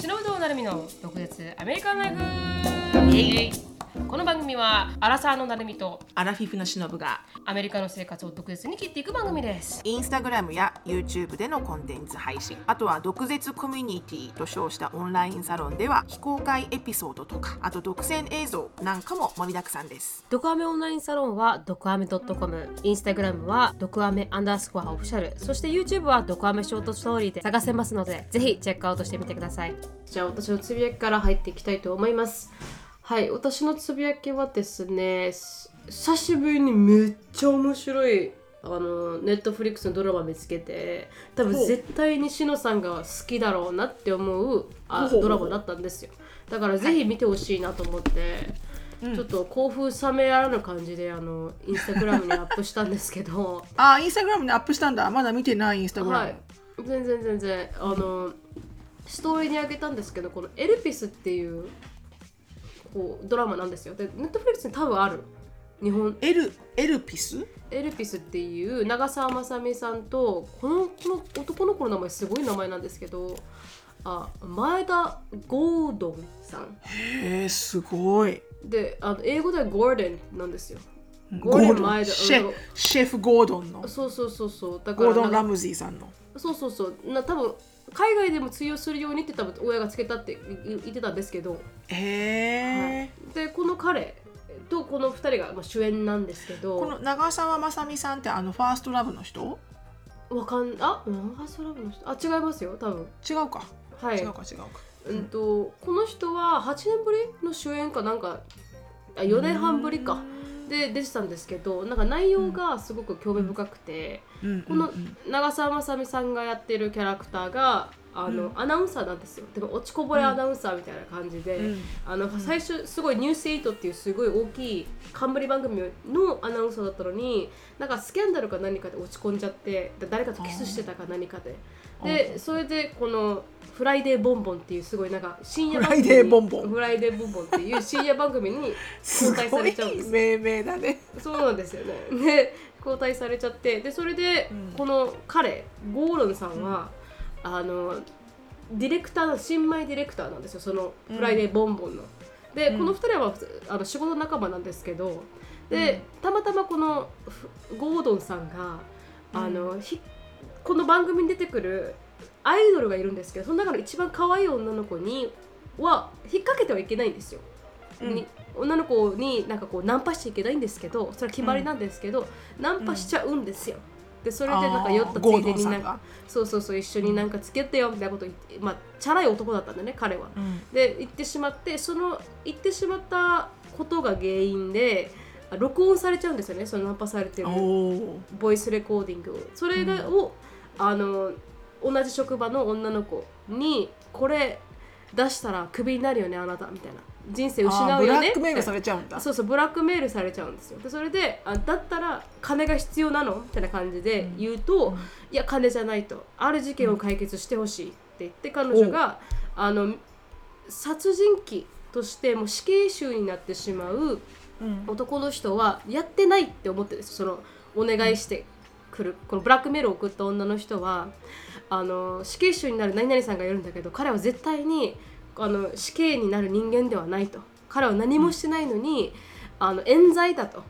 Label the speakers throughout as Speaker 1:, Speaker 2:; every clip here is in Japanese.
Speaker 1: 忍ぶとなるみの独舌アメリカンライフこの番組はアラサーのなるみと
Speaker 2: アラフィフのしのぶが
Speaker 1: アメリカの生活を独舌に切っていく番組です
Speaker 2: インスタグラムや YouTube でのコンテンツ配信あとは毒舌コミュニティと称したオンラインサロンでは非公開エピソードとかあと独占映像なんかも盛りだくさんです
Speaker 1: ドクアメオンラインサロンはドクアメ .com インスタグラムはドクアメアンダースコアオフィシャルそして YouTube はドクアメショートストーリーで探せますのでぜひチェックアウトしてみてくださいじゃあ私のつぶやきから入っていきたいと思いますはい私のつぶやきはですねす久しぶりにめっちゃ面白いあのネットフリックスのドラマ見つけて多分
Speaker 2: ほう
Speaker 1: 絶対にしのさんが好きだろうなって思うあ
Speaker 2: ほうほうほ
Speaker 1: ド
Speaker 2: う
Speaker 1: ラマだったんですよだからぜひ見てほしいなと思って、
Speaker 2: うん
Speaker 1: ちょっと興奮冷めやらぬ感じであのインスタグラムにアップしたんですけ ど
Speaker 2: あーインスタグラムにアップしたんだまだ見てないインスタグラム、
Speaker 1: はい全然全然あのストーリーにあげたんですけどこの「エルピス」っていうこうドラマなんですよでネットフリックスに多分ある日本
Speaker 2: エルエルピス
Speaker 1: エルピスっていう長澤まさみさんとこのこの男の子の名前すごい名前なんですけどあ前田ゴードンさん
Speaker 2: へえすごい
Speaker 1: であの英語ではゴーデンなんですよゴ
Speaker 2: ゴ
Speaker 1: ー
Speaker 2: ー
Speaker 1: ドン
Speaker 2: ド
Speaker 1: 前
Speaker 2: ン
Speaker 1: だ
Speaker 2: シェフシェフゴードンの
Speaker 1: そうそうそうそうだか
Speaker 2: ゴ
Speaker 1: ら
Speaker 2: ード
Speaker 1: な
Speaker 2: ン・ラ
Speaker 1: んか
Speaker 2: ムジーさんの
Speaker 1: そうそうそうな多分海外でも通用するようにって多分親がつけたっていい言ってたんですけど、
Speaker 2: へえ、
Speaker 1: はい、でこの彼とこの2人がまあ主演なんですけ
Speaker 2: こ
Speaker 1: ど
Speaker 2: の長澤まさみさんってあのファーストラブの人
Speaker 1: わかんあっハストラブの人あ違いますよ多分
Speaker 2: 違うか、
Speaker 1: はい
Speaker 2: 違うか違うか
Speaker 1: うんとこの人は8年ぶりの主演かなんかあ4年半ぶりかで出てたんですけどなんか内容がすごく興味深くて、
Speaker 2: うんうん
Speaker 1: この長澤まさみさんがやってるキャラクターがあの、
Speaker 2: うん
Speaker 1: アナウンサーなんですよでも落ちこぼれアナウンサーみたいな感じで、
Speaker 2: うん
Speaker 1: あの最初すごい「ニュースエイトっていうすごい大きい冠番組のアナウンサーだったのになんかスキャンダルか何かで落ち込んじゃってで誰かとキスしてたか何かで
Speaker 2: あ
Speaker 1: で
Speaker 2: ー
Speaker 1: それでこの「フライデーボンボン」っていうすごいなんか深夜
Speaker 2: フライデーボンボン
Speaker 1: フライデーボンボンっていう深夜番組に
Speaker 2: す
Speaker 1: 公開さ
Speaker 2: ご
Speaker 1: れ
Speaker 2: い
Speaker 1: ちゃうんです
Speaker 2: 命名だね
Speaker 1: そうなんですよ ね。で交代されちゃってでそれで
Speaker 2: うん
Speaker 1: この彼ゴーロンさんは、あのディレクターの新米ディレクターなんですよその「
Speaker 2: うん
Speaker 1: フライデーボンボンの」で、
Speaker 2: うん
Speaker 1: この2人は普通あの仕事仲間なんですけどで、たまたまこのふゴードンさんがあの、ひこの番組に出てくるアイドルがいるんですけどその中の一番可愛い女の子には引っ掛けてはいけないんですよ。
Speaker 2: うん
Speaker 1: に女の子になんかこうナンパしちゃいけないんですけどそれは決まりなんですけど、ナンパしちゃうんですよ。でそれでなんか酔ったついでになんかそうそうそう一緒になんか付き合ってよみたいなこと言ってまあチャラい男だったんだね彼は。で行ってしまってその行ってしまったことが原因であ録音されちゃうんですよねそのナンパされてる
Speaker 2: おお
Speaker 1: ボイスレコーディングをそれが、
Speaker 2: う
Speaker 1: をあの同じ職場の女の子にこれ出したらクビになるよねあなたみたいな人生失うよ
Speaker 2: ブラ
Speaker 1: ね
Speaker 2: ックメールさ
Speaker 1: れ
Speaker 2: れちゃうんだ
Speaker 1: そうそうブラックメールされちゃうんですよでそれであだったら金が必要なのみたいな感じで言うと、
Speaker 2: うん
Speaker 1: いや金じゃないとある事件を解決してほしいって言って彼女があの殺人鬼としてもう死刑囚になってしまう
Speaker 2: うん
Speaker 1: 男の人はやってないって思ってるんですそのお願いしてくるこのブラックメールを送った女の人はあの死刑囚になる何々さんがいるんだけど彼は絶対にあの死刑になる人間ではないと彼は何もしてないのに、あの冤罪だと、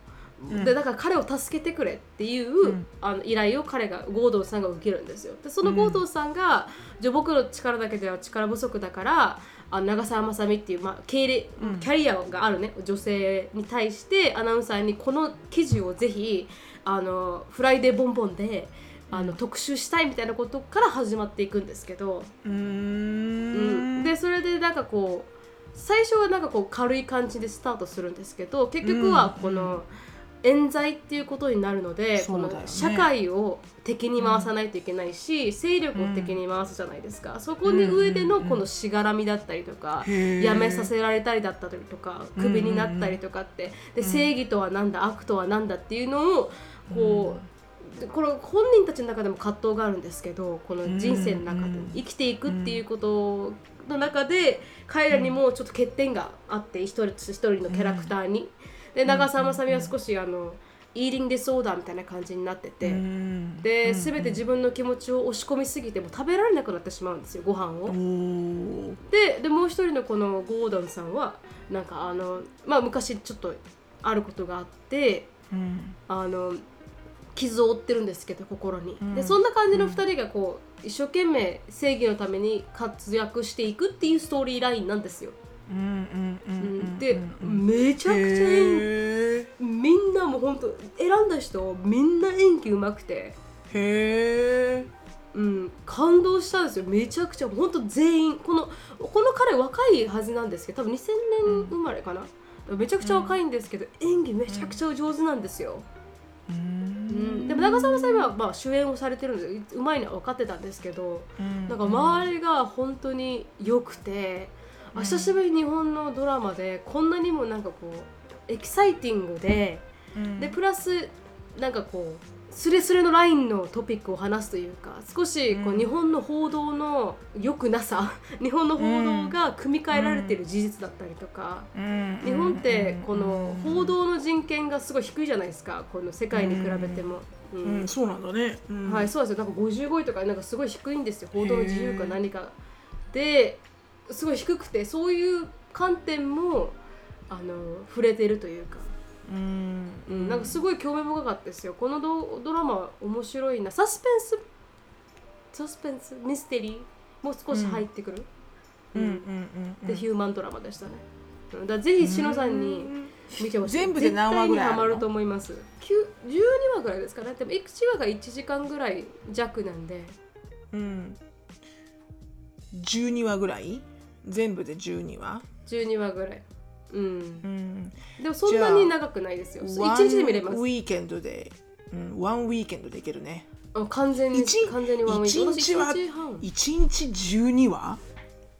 Speaker 2: うん
Speaker 1: でだから彼を助けてくれっていう、
Speaker 2: うん
Speaker 1: あの依頼を彼がゴードンさんが受けるんですよでそのゴードンさんが、じゃあ僕の力だけでは力不足だからあの長澤まさみっていう、まあ、経歴
Speaker 2: うん
Speaker 1: キャリアがあるね女性に対してアナウンサーにこの記事をぜひあの「フライデーボンボンで」あの特集したいみたいなことから始まっていくんですけど、
Speaker 2: うー
Speaker 1: うん
Speaker 2: ん
Speaker 1: でそれでなんかこう最初はなんかこう軽い感じでスタートするんですけど結局はこの冤罪っていうことになるので、
Speaker 2: そ
Speaker 1: こ
Speaker 2: うだよね
Speaker 1: の社会を敵に回さないといけないし、勢力を敵に回すじゃないですか、そこに上でのこのしがらみだったりとか、
Speaker 2: へー
Speaker 1: 辞めさせられたりだったりとかクビになったりとかって、で正義とは何だ悪とは何だっていうのをこう、これ本人たちの中でも葛藤があるんですけどこの人生の中で
Speaker 2: うん
Speaker 1: 生きていくっていうことの中で彼らにもちょっと欠点があって一人一人のキャラクターに。で長澤まさみは少しあのイーリングディスオーダーみたいな感じになってて、
Speaker 2: うん
Speaker 1: で、
Speaker 2: うん
Speaker 1: 全て自分の気持ちを押し込みすぎてもう食べられなくなってしまうんですよご飯を。
Speaker 2: おー
Speaker 1: ででもう一人のこのゴードンさんはなんかあのまあ昔ちょっとあることがあって
Speaker 2: うん
Speaker 1: あの傷を負ってるんですけど心に、
Speaker 2: うん
Speaker 1: でそんな感じの2人がこう一生懸命正義のために活躍していくっていうストーリーラインなんですよ、
Speaker 2: うんうんう
Speaker 1: うん
Speaker 2: うんうん
Speaker 1: ん、で
Speaker 2: うん
Speaker 1: めちゃくちゃ
Speaker 2: へ
Speaker 1: 演
Speaker 2: ー
Speaker 1: みんなもう本当選んだ人みんな演技うまくて、
Speaker 2: へえ
Speaker 1: うん、感動したんですよめちゃくちゃ本当全員このこの彼若いはずなんですけど多分2000
Speaker 2: うん
Speaker 1: 年生まれかな、めちゃくちゃ若いんですけど、演技めちゃくちゃ上手なんですよ、
Speaker 2: う
Speaker 1: うん、
Speaker 2: ん
Speaker 1: でも長澤さんは、まあ、主演をされてるんですようまいのは分かってたんですけど
Speaker 2: うん
Speaker 1: なんか周りが本当に良くて、あ久しぶりに日本のドラマでこんなにもなんかこうエキサイティングで
Speaker 2: うん
Speaker 1: でプラスなんかこうスレスレのラインのトピックを話すというか少しこ
Speaker 2: う
Speaker 1: うん日本の報道の良くなさ 日本の報道が組み替えられてる事実だったりとか。
Speaker 2: うん
Speaker 1: 日本ってこの報道の人権がすごい低いじゃないですかこの世界に比べても。う
Speaker 2: うんんそうなんだねうん
Speaker 1: はい、そうなんですよなんか55位とかなんかすごい低いんですよ報道の自由か何かがですごい低くてそういう観点もあの触れてるというか、
Speaker 2: うん
Speaker 1: うんなんかすごい興味深かったですよこのドドラマ面白いなサスペンスサスペンスミステリーも少し入ってくる、
Speaker 2: うんうんうん
Speaker 1: でヒューマンドラマでしたね、うん、だからぜひしのさんに見てほしい
Speaker 2: 全部で何話ぐらいあ
Speaker 1: 絶対に
Speaker 2: るの
Speaker 1: ハマると思いますきゅう12話ぐらいですかねでも1話が1時間ぐらい弱なんで
Speaker 2: うん12話ぐらい全部で12話
Speaker 1: 12話ぐらいうん
Speaker 2: うん
Speaker 1: でもそんなに長くないですよ一日で見れま
Speaker 2: ワン
Speaker 1: す
Speaker 2: ウィーケンドでうんワンウィーケンドでいけるね
Speaker 1: あ完全に
Speaker 2: 一
Speaker 1: 完全にワンウィーク
Speaker 2: 一日は
Speaker 1: 私一日半
Speaker 2: 1日12話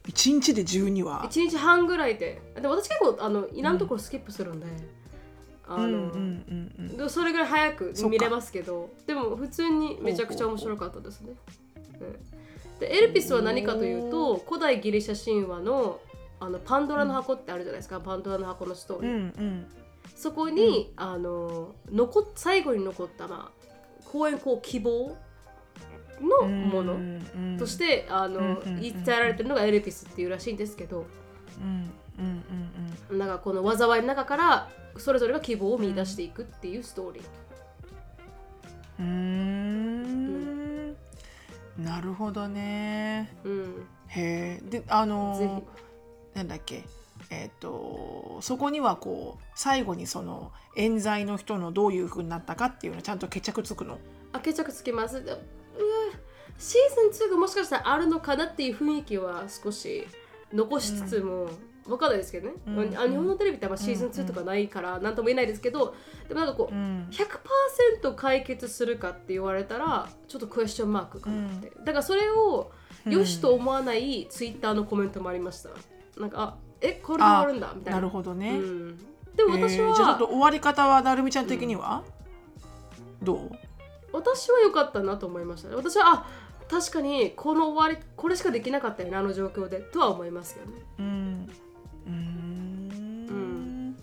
Speaker 2: 1日で12話
Speaker 1: 一日半ぐらいででも私結構あのいらんところスキップするんで、あの、
Speaker 2: うんうんうんうん
Speaker 1: でもそれぐらい早く
Speaker 2: そっか
Speaker 1: 見れますけどでも普通にめちゃくちゃ面白かったですね。うん、でエルピスは何かというと古代ギリシャ神話のあのパンドラの箱ってあるじゃないですか、パンドラの箱のストーリ
Speaker 2: う
Speaker 1: ー、
Speaker 2: んうん、
Speaker 1: そこに、あの残っ最後に残った、まあ、公演こう希望のもの、としててあの、
Speaker 2: うんうんうんうん
Speaker 1: 言い伝えられてるのがエルピスっていうらしいんですけど
Speaker 2: うんうんうん
Speaker 1: なんかこの災いの中からそれぞれが希望を見出していくっていうストーリー、
Speaker 2: うん、うーんなるほどね
Speaker 1: うん、
Speaker 2: へえであ
Speaker 1: ぜ
Speaker 2: の
Speaker 1: ひ
Speaker 2: なんだっけえっ、とそこにはこう最後にその冤罪の人のどういうふうになったかっていうのちゃんと決着つくの
Speaker 1: あ決着つきますでうわシーズン2がもしかしたらあるのかなっていう雰囲気は少し残しつつも、わかんないですけどね、
Speaker 2: うん
Speaker 1: まああ日本のテレビってあんまシーズン2とかないから何とも言えないですけどでもなんかこう、
Speaker 2: ん
Speaker 1: 100%解決するかって言われたらちょっとクエスチョンマークかなって、だからそれをよしと思わないツイッターのコメントもありました、なんかあえこれで終わるんだみたいな
Speaker 2: なるほどね、
Speaker 1: うん、でも私
Speaker 2: へえじゃあちょっ
Speaker 1: は
Speaker 2: と終わり方はなるみちゃん的には、どう
Speaker 1: 私は良かったなと思いましたね私はあ確かにこの終わりこれしかできなかったよねあの状況でとは思いますけどね
Speaker 2: うんうーん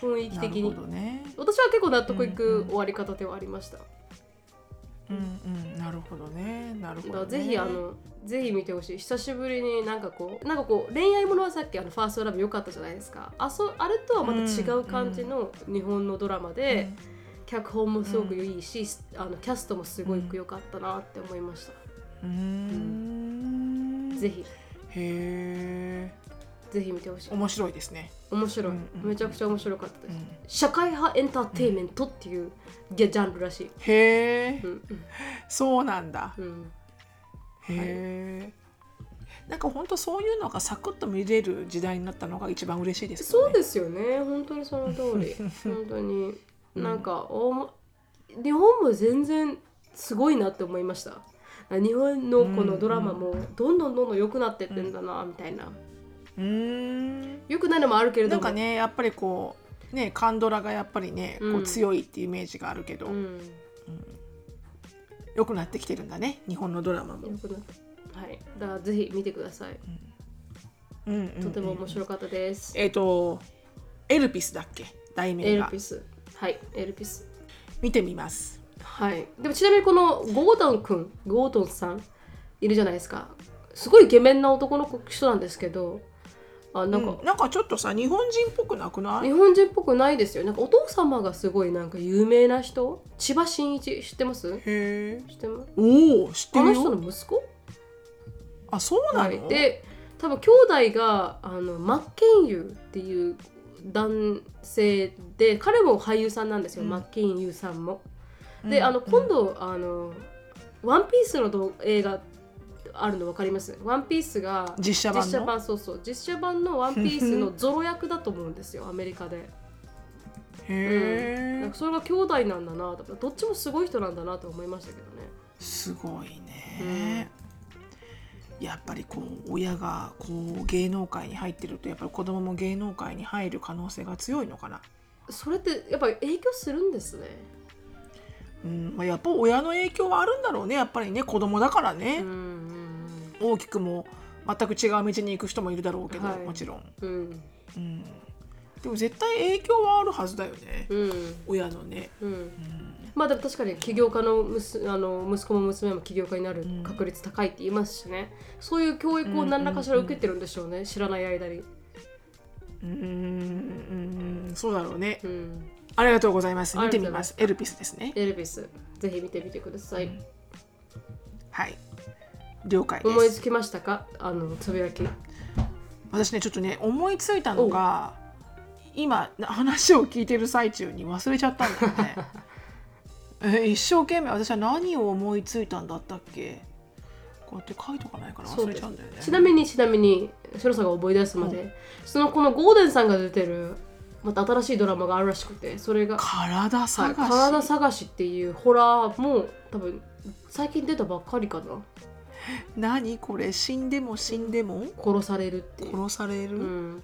Speaker 1: 雰囲気
Speaker 2: なる
Speaker 1: 的に
Speaker 2: ほどね
Speaker 1: 私は結構納得い
Speaker 2: うんう
Speaker 1: く
Speaker 2: ん
Speaker 1: 終わり方ではありました、
Speaker 2: うんうんなるほどねなるほ
Speaker 1: だか
Speaker 2: ど、
Speaker 1: ら
Speaker 2: ね、
Speaker 1: ぜひあのぜひ見てほしい久しぶりになんかこうなんかこう恋愛ものはさっきあのファーストラブ良かったじゃないですかあそあれとはまた違う感じの日本のドラマで、脚本もすごくいいし、あのキャストもすごく良かったなって思いました、
Speaker 2: うん、うーん
Speaker 1: ぜひ
Speaker 2: へえ
Speaker 1: ぜひ見てほしい
Speaker 2: 面白いですね、
Speaker 1: 面白い、
Speaker 2: うんうん
Speaker 1: めちゃくちゃ面白かったです、
Speaker 2: うん
Speaker 1: 社会派エンターテインメントっていうジャンルらしい、
Speaker 2: へえ
Speaker 1: うん
Speaker 2: そうなんだ
Speaker 1: うんうん、
Speaker 2: へえんか本当そういうのがサクッと見れる時代になったのが一番嬉しいです
Speaker 1: そ
Speaker 2: よ
Speaker 1: う
Speaker 2: ね。
Speaker 1: ですよね本当にその通 り本当になんか、おも日本も全然すごいなって思いました日本のこのドラマもどんどんどんどん良くなってってんだなみたいな
Speaker 2: うーん
Speaker 1: 良くないのもあるけれど
Speaker 2: なん
Speaker 1: も
Speaker 2: かねやっぱりこうねカンドラがやっぱりねこ
Speaker 1: うん
Speaker 2: う強いっていうイメージがあるけど、
Speaker 1: うん
Speaker 2: 良くなってきてるんだね日本のドラマも
Speaker 1: 良。くなってはいだからぜひ見てください
Speaker 2: うんうんうん
Speaker 1: とても面白かったです、
Speaker 2: えっ、とエルピスだっけ題
Speaker 1: エ
Speaker 2: 名
Speaker 1: ル
Speaker 2: が
Speaker 1: ピ。スはいエルピス
Speaker 2: え見てみます
Speaker 1: はい、でもちなみにこのゴードン君ゴードンさんいるじゃないですかすごいイケメンな男の子人なんですけどあなんか、
Speaker 2: うんなんかちょっとさ日本人っぽくなくない
Speaker 1: 日本人っぽくないですよなんかお父様がすごいなんか有名な人千葉真一知ってます
Speaker 2: へえ
Speaker 1: 知ってます
Speaker 2: おお知って
Speaker 1: あの
Speaker 2: る
Speaker 1: 人
Speaker 2: よ
Speaker 1: の息子
Speaker 2: あそうな
Speaker 1: は
Speaker 2: の、
Speaker 1: い、で多分兄弟があのマッケンユーっていう男性で彼も俳優さんなんですよ、
Speaker 2: うん
Speaker 1: マッケンユーさんも。
Speaker 2: うん
Speaker 1: であの
Speaker 2: うん
Speaker 1: 今度、あの「ワンピースの動映画あるの分かりますワンピースが
Speaker 2: 実写版の
Speaker 1: 実写版そうそう実写版の「ワンピースのゾロ役だと思うんです よアメリカで。
Speaker 2: へえ、
Speaker 1: なんかそれが兄弟なんだなとかどっちもすごい人なんだなと思いましたけどね。
Speaker 2: すごいね、やっぱりこう親がこう芸能界に入ってるとやっぱり子供も芸能界に入る可能性が強いのかな
Speaker 1: それってやっぱり影響するんですね。
Speaker 2: うんまあ、やっぱ親の影響はあるんだろうねやっぱりね子供だから
Speaker 1: うん
Speaker 2: ね、大きくも全く違う道に行く人もいるだろうけど、
Speaker 1: はい
Speaker 2: もちろん、
Speaker 1: うんうんうん
Speaker 2: うん、でも絶対影響はあるはずだよね、
Speaker 1: うん
Speaker 2: 親のね、
Speaker 1: うん
Speaker 2: うん
Speaker 1: まあでも確かに起業家のむすあの息子も娘も起業家になる
Speaker 2: うん
Speaker 1: 確率高いって言いますしね、そういう教育を何らかしら受けてるんでしょうね、知らない間に、
Speaker 2: うんうんそうだろうね
Speaker 1: うん、
Speaker 2: ありがとうございます
Speaker 1: ありが
Speaker 2: 見て
Speaker 1: とうご
Speaker 2: み
Speaker 1: ざい
Speaker 2: ま
Speaker 1: ますす
Speaker 2: エルピスですね
Speaker 1: エルビスぜひ見てみてください、
Speaker 2: うんはい了解です
Speaker 1: 思いつきましたかあのつぶやき
Speaker 2: 私ねちょっとね思いついたのが今な話を聞いてる最中に忘れちゃったんだよ ねえ一生懸命私は何を思いついたんだったっけこうやって書いとかないから忘れちゃうんだよね
Speaker 1: ちなみにちなみに白さんが覚え出すまで、そのこのゴーデンさんが出てるまた新しいドラマがあるらしくてそれが
Speaker 2: 体
Speaker 1: はい
Speaker 2: 探し、
Speaker 1: 体探しっていうホラーも多分最近出たばっかりかな
Speaker 2: 何これ死んでも死んでも
Speaker 1: 殺されるっていう、
Speaker 2: 殺される、
Speaker 1: うん、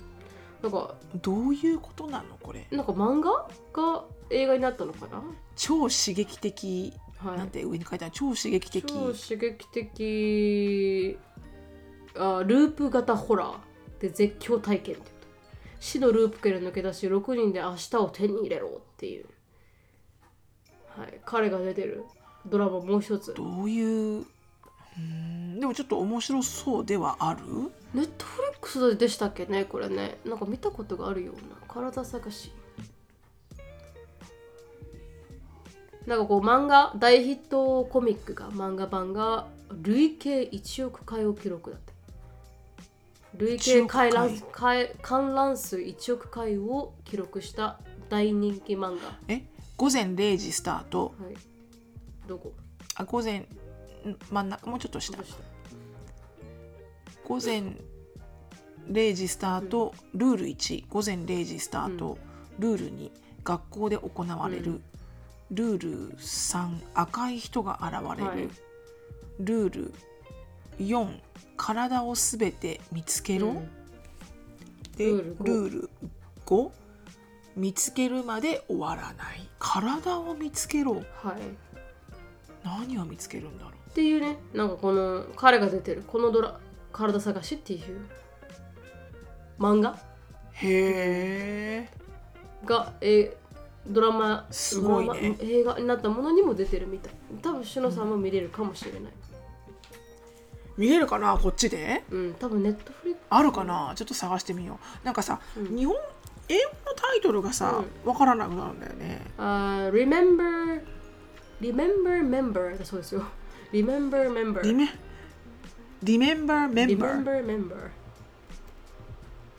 Speaker 1: なんか
Speaker 2: どういうことなのこれ
Speaker 1: なんか漫画が映画になったのかな
Speaker 2: 超刺激的、
Speaker 1: はい
Speaker 2: なんて上に書いてある超刺激的
Speaker 1: 超刺激的あループ型ホラーで絶叫体験ってこと死のループから抜け出し6人で明日を手に入れろっていう、はい、彼が出てるドラマもう一つ
Speaker 2: どういううーんでもちょっと面白そうではある
Speaker 1: ネットフリックスでしたっけねこれねなんか見たことがあるような体探しなんかこう漫画大ヒットコミックが漫画版が累計1億回を記録だって累計回覧
Speaker 2: 1億
Speaker 1: 回観覧数1億回を記録した大人気漫画
Speaker 2: え午前0時スタート
Speaker 1: はいどこ
Speaker 2: あ午前ん真ん中もうちょっと
Speaker 1: ど
Speaker 2: 下
Speaker 1: うした
Speaker 2: 午前0時スタート、ルール1午前0時スタート、ルール2学校で行われる、
Speaker 1: うん
Speaker 2: ルール3赤い人が現れる、
Speaker 1: はい
Speaker 2: ルール4体をすべて見つけろ、
Speaker 1: うん
Speaker 2: で
Speaker 1: ル
Speaker 2: ル
Speaker 1: ール五
Speaker 2: ール5見つけるまで終わらない体を見つけろ
Speaker 1: はい
Speaker 2: 何を見つけるんだろう
Speaker 1: っていうねなんかこの彼が出てるこのドラ「体探し」っていう漫画
Speaker 2: へえ
Speaker 1: が、えードラマ
Speaker 2: すごい
Speaker 1: ド
Speaker 2: ね
Speaker 1: ラマ映画になったものにも出てるみたい多分しのさんも見れるかもしれない
Speaker 2: 見れるかなこっちで
Speaker 1: うん多分ネットフリック
Speaker 2: あるかなちょっと探してみようなんかさ、
Speaker 1: うん
Speaker 2: 日本英語のタイトルがさわからなくなるんだよね
Speaker 1: あー Remember Remember Member だそうですよ Remember Member
Speaker 2: リメ Remember Member
Speaker 1: Remember Member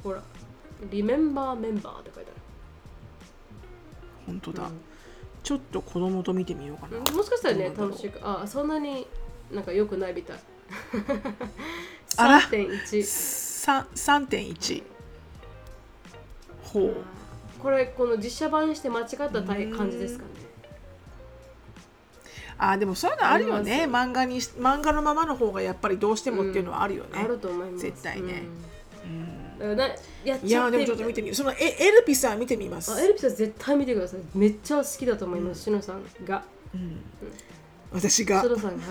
Speaker 1: ほら Remember Member って書いて
Speaker 2: 本当
Speaker 1: あ
Speaker 2: だ、
Speaker 1: る、うん
Speaker 2: ちょっと子供と見てみようかな、
Speaker 1: もしかしたらね
Speaker 2: どうなん
Speaker 1: 楽
Speaker 2: だろう
Speaker 1: しいかあそんなになんか良くないみたい
Speaker 2: あら
Speaker 1: 3.1
Speaker 2: 三3.1ほう
Speaker 1: これこの実写版にして間違ったたい感じですかね
Speaker 2: あでもそういうのあるよね
Speaker 1: あり
Speaker 2: 漫画にし漫画のままの方がやっぱりどうしてもっていうのはあるよね、
Speaker 1: あると思います
Speaker 2: 絶対ねうん
Speaker 1: うんだからなやっ
Speaker 2: い
Speaker 1: ちゃ
Speaker 2: や
Speaker 1: っ
Speaker 2: で
Speaker 1: てみた
Speaker 2: もちょっ
Speaker 1: い
Speaker 2: と見てみようそのエエルピスは見てみます
Speaker 1: あエルピスは絶対見てくださいめっちゃ好きだと思います、しのさんが
Speaker 2: うん、私が
Speaker 1: しのさん が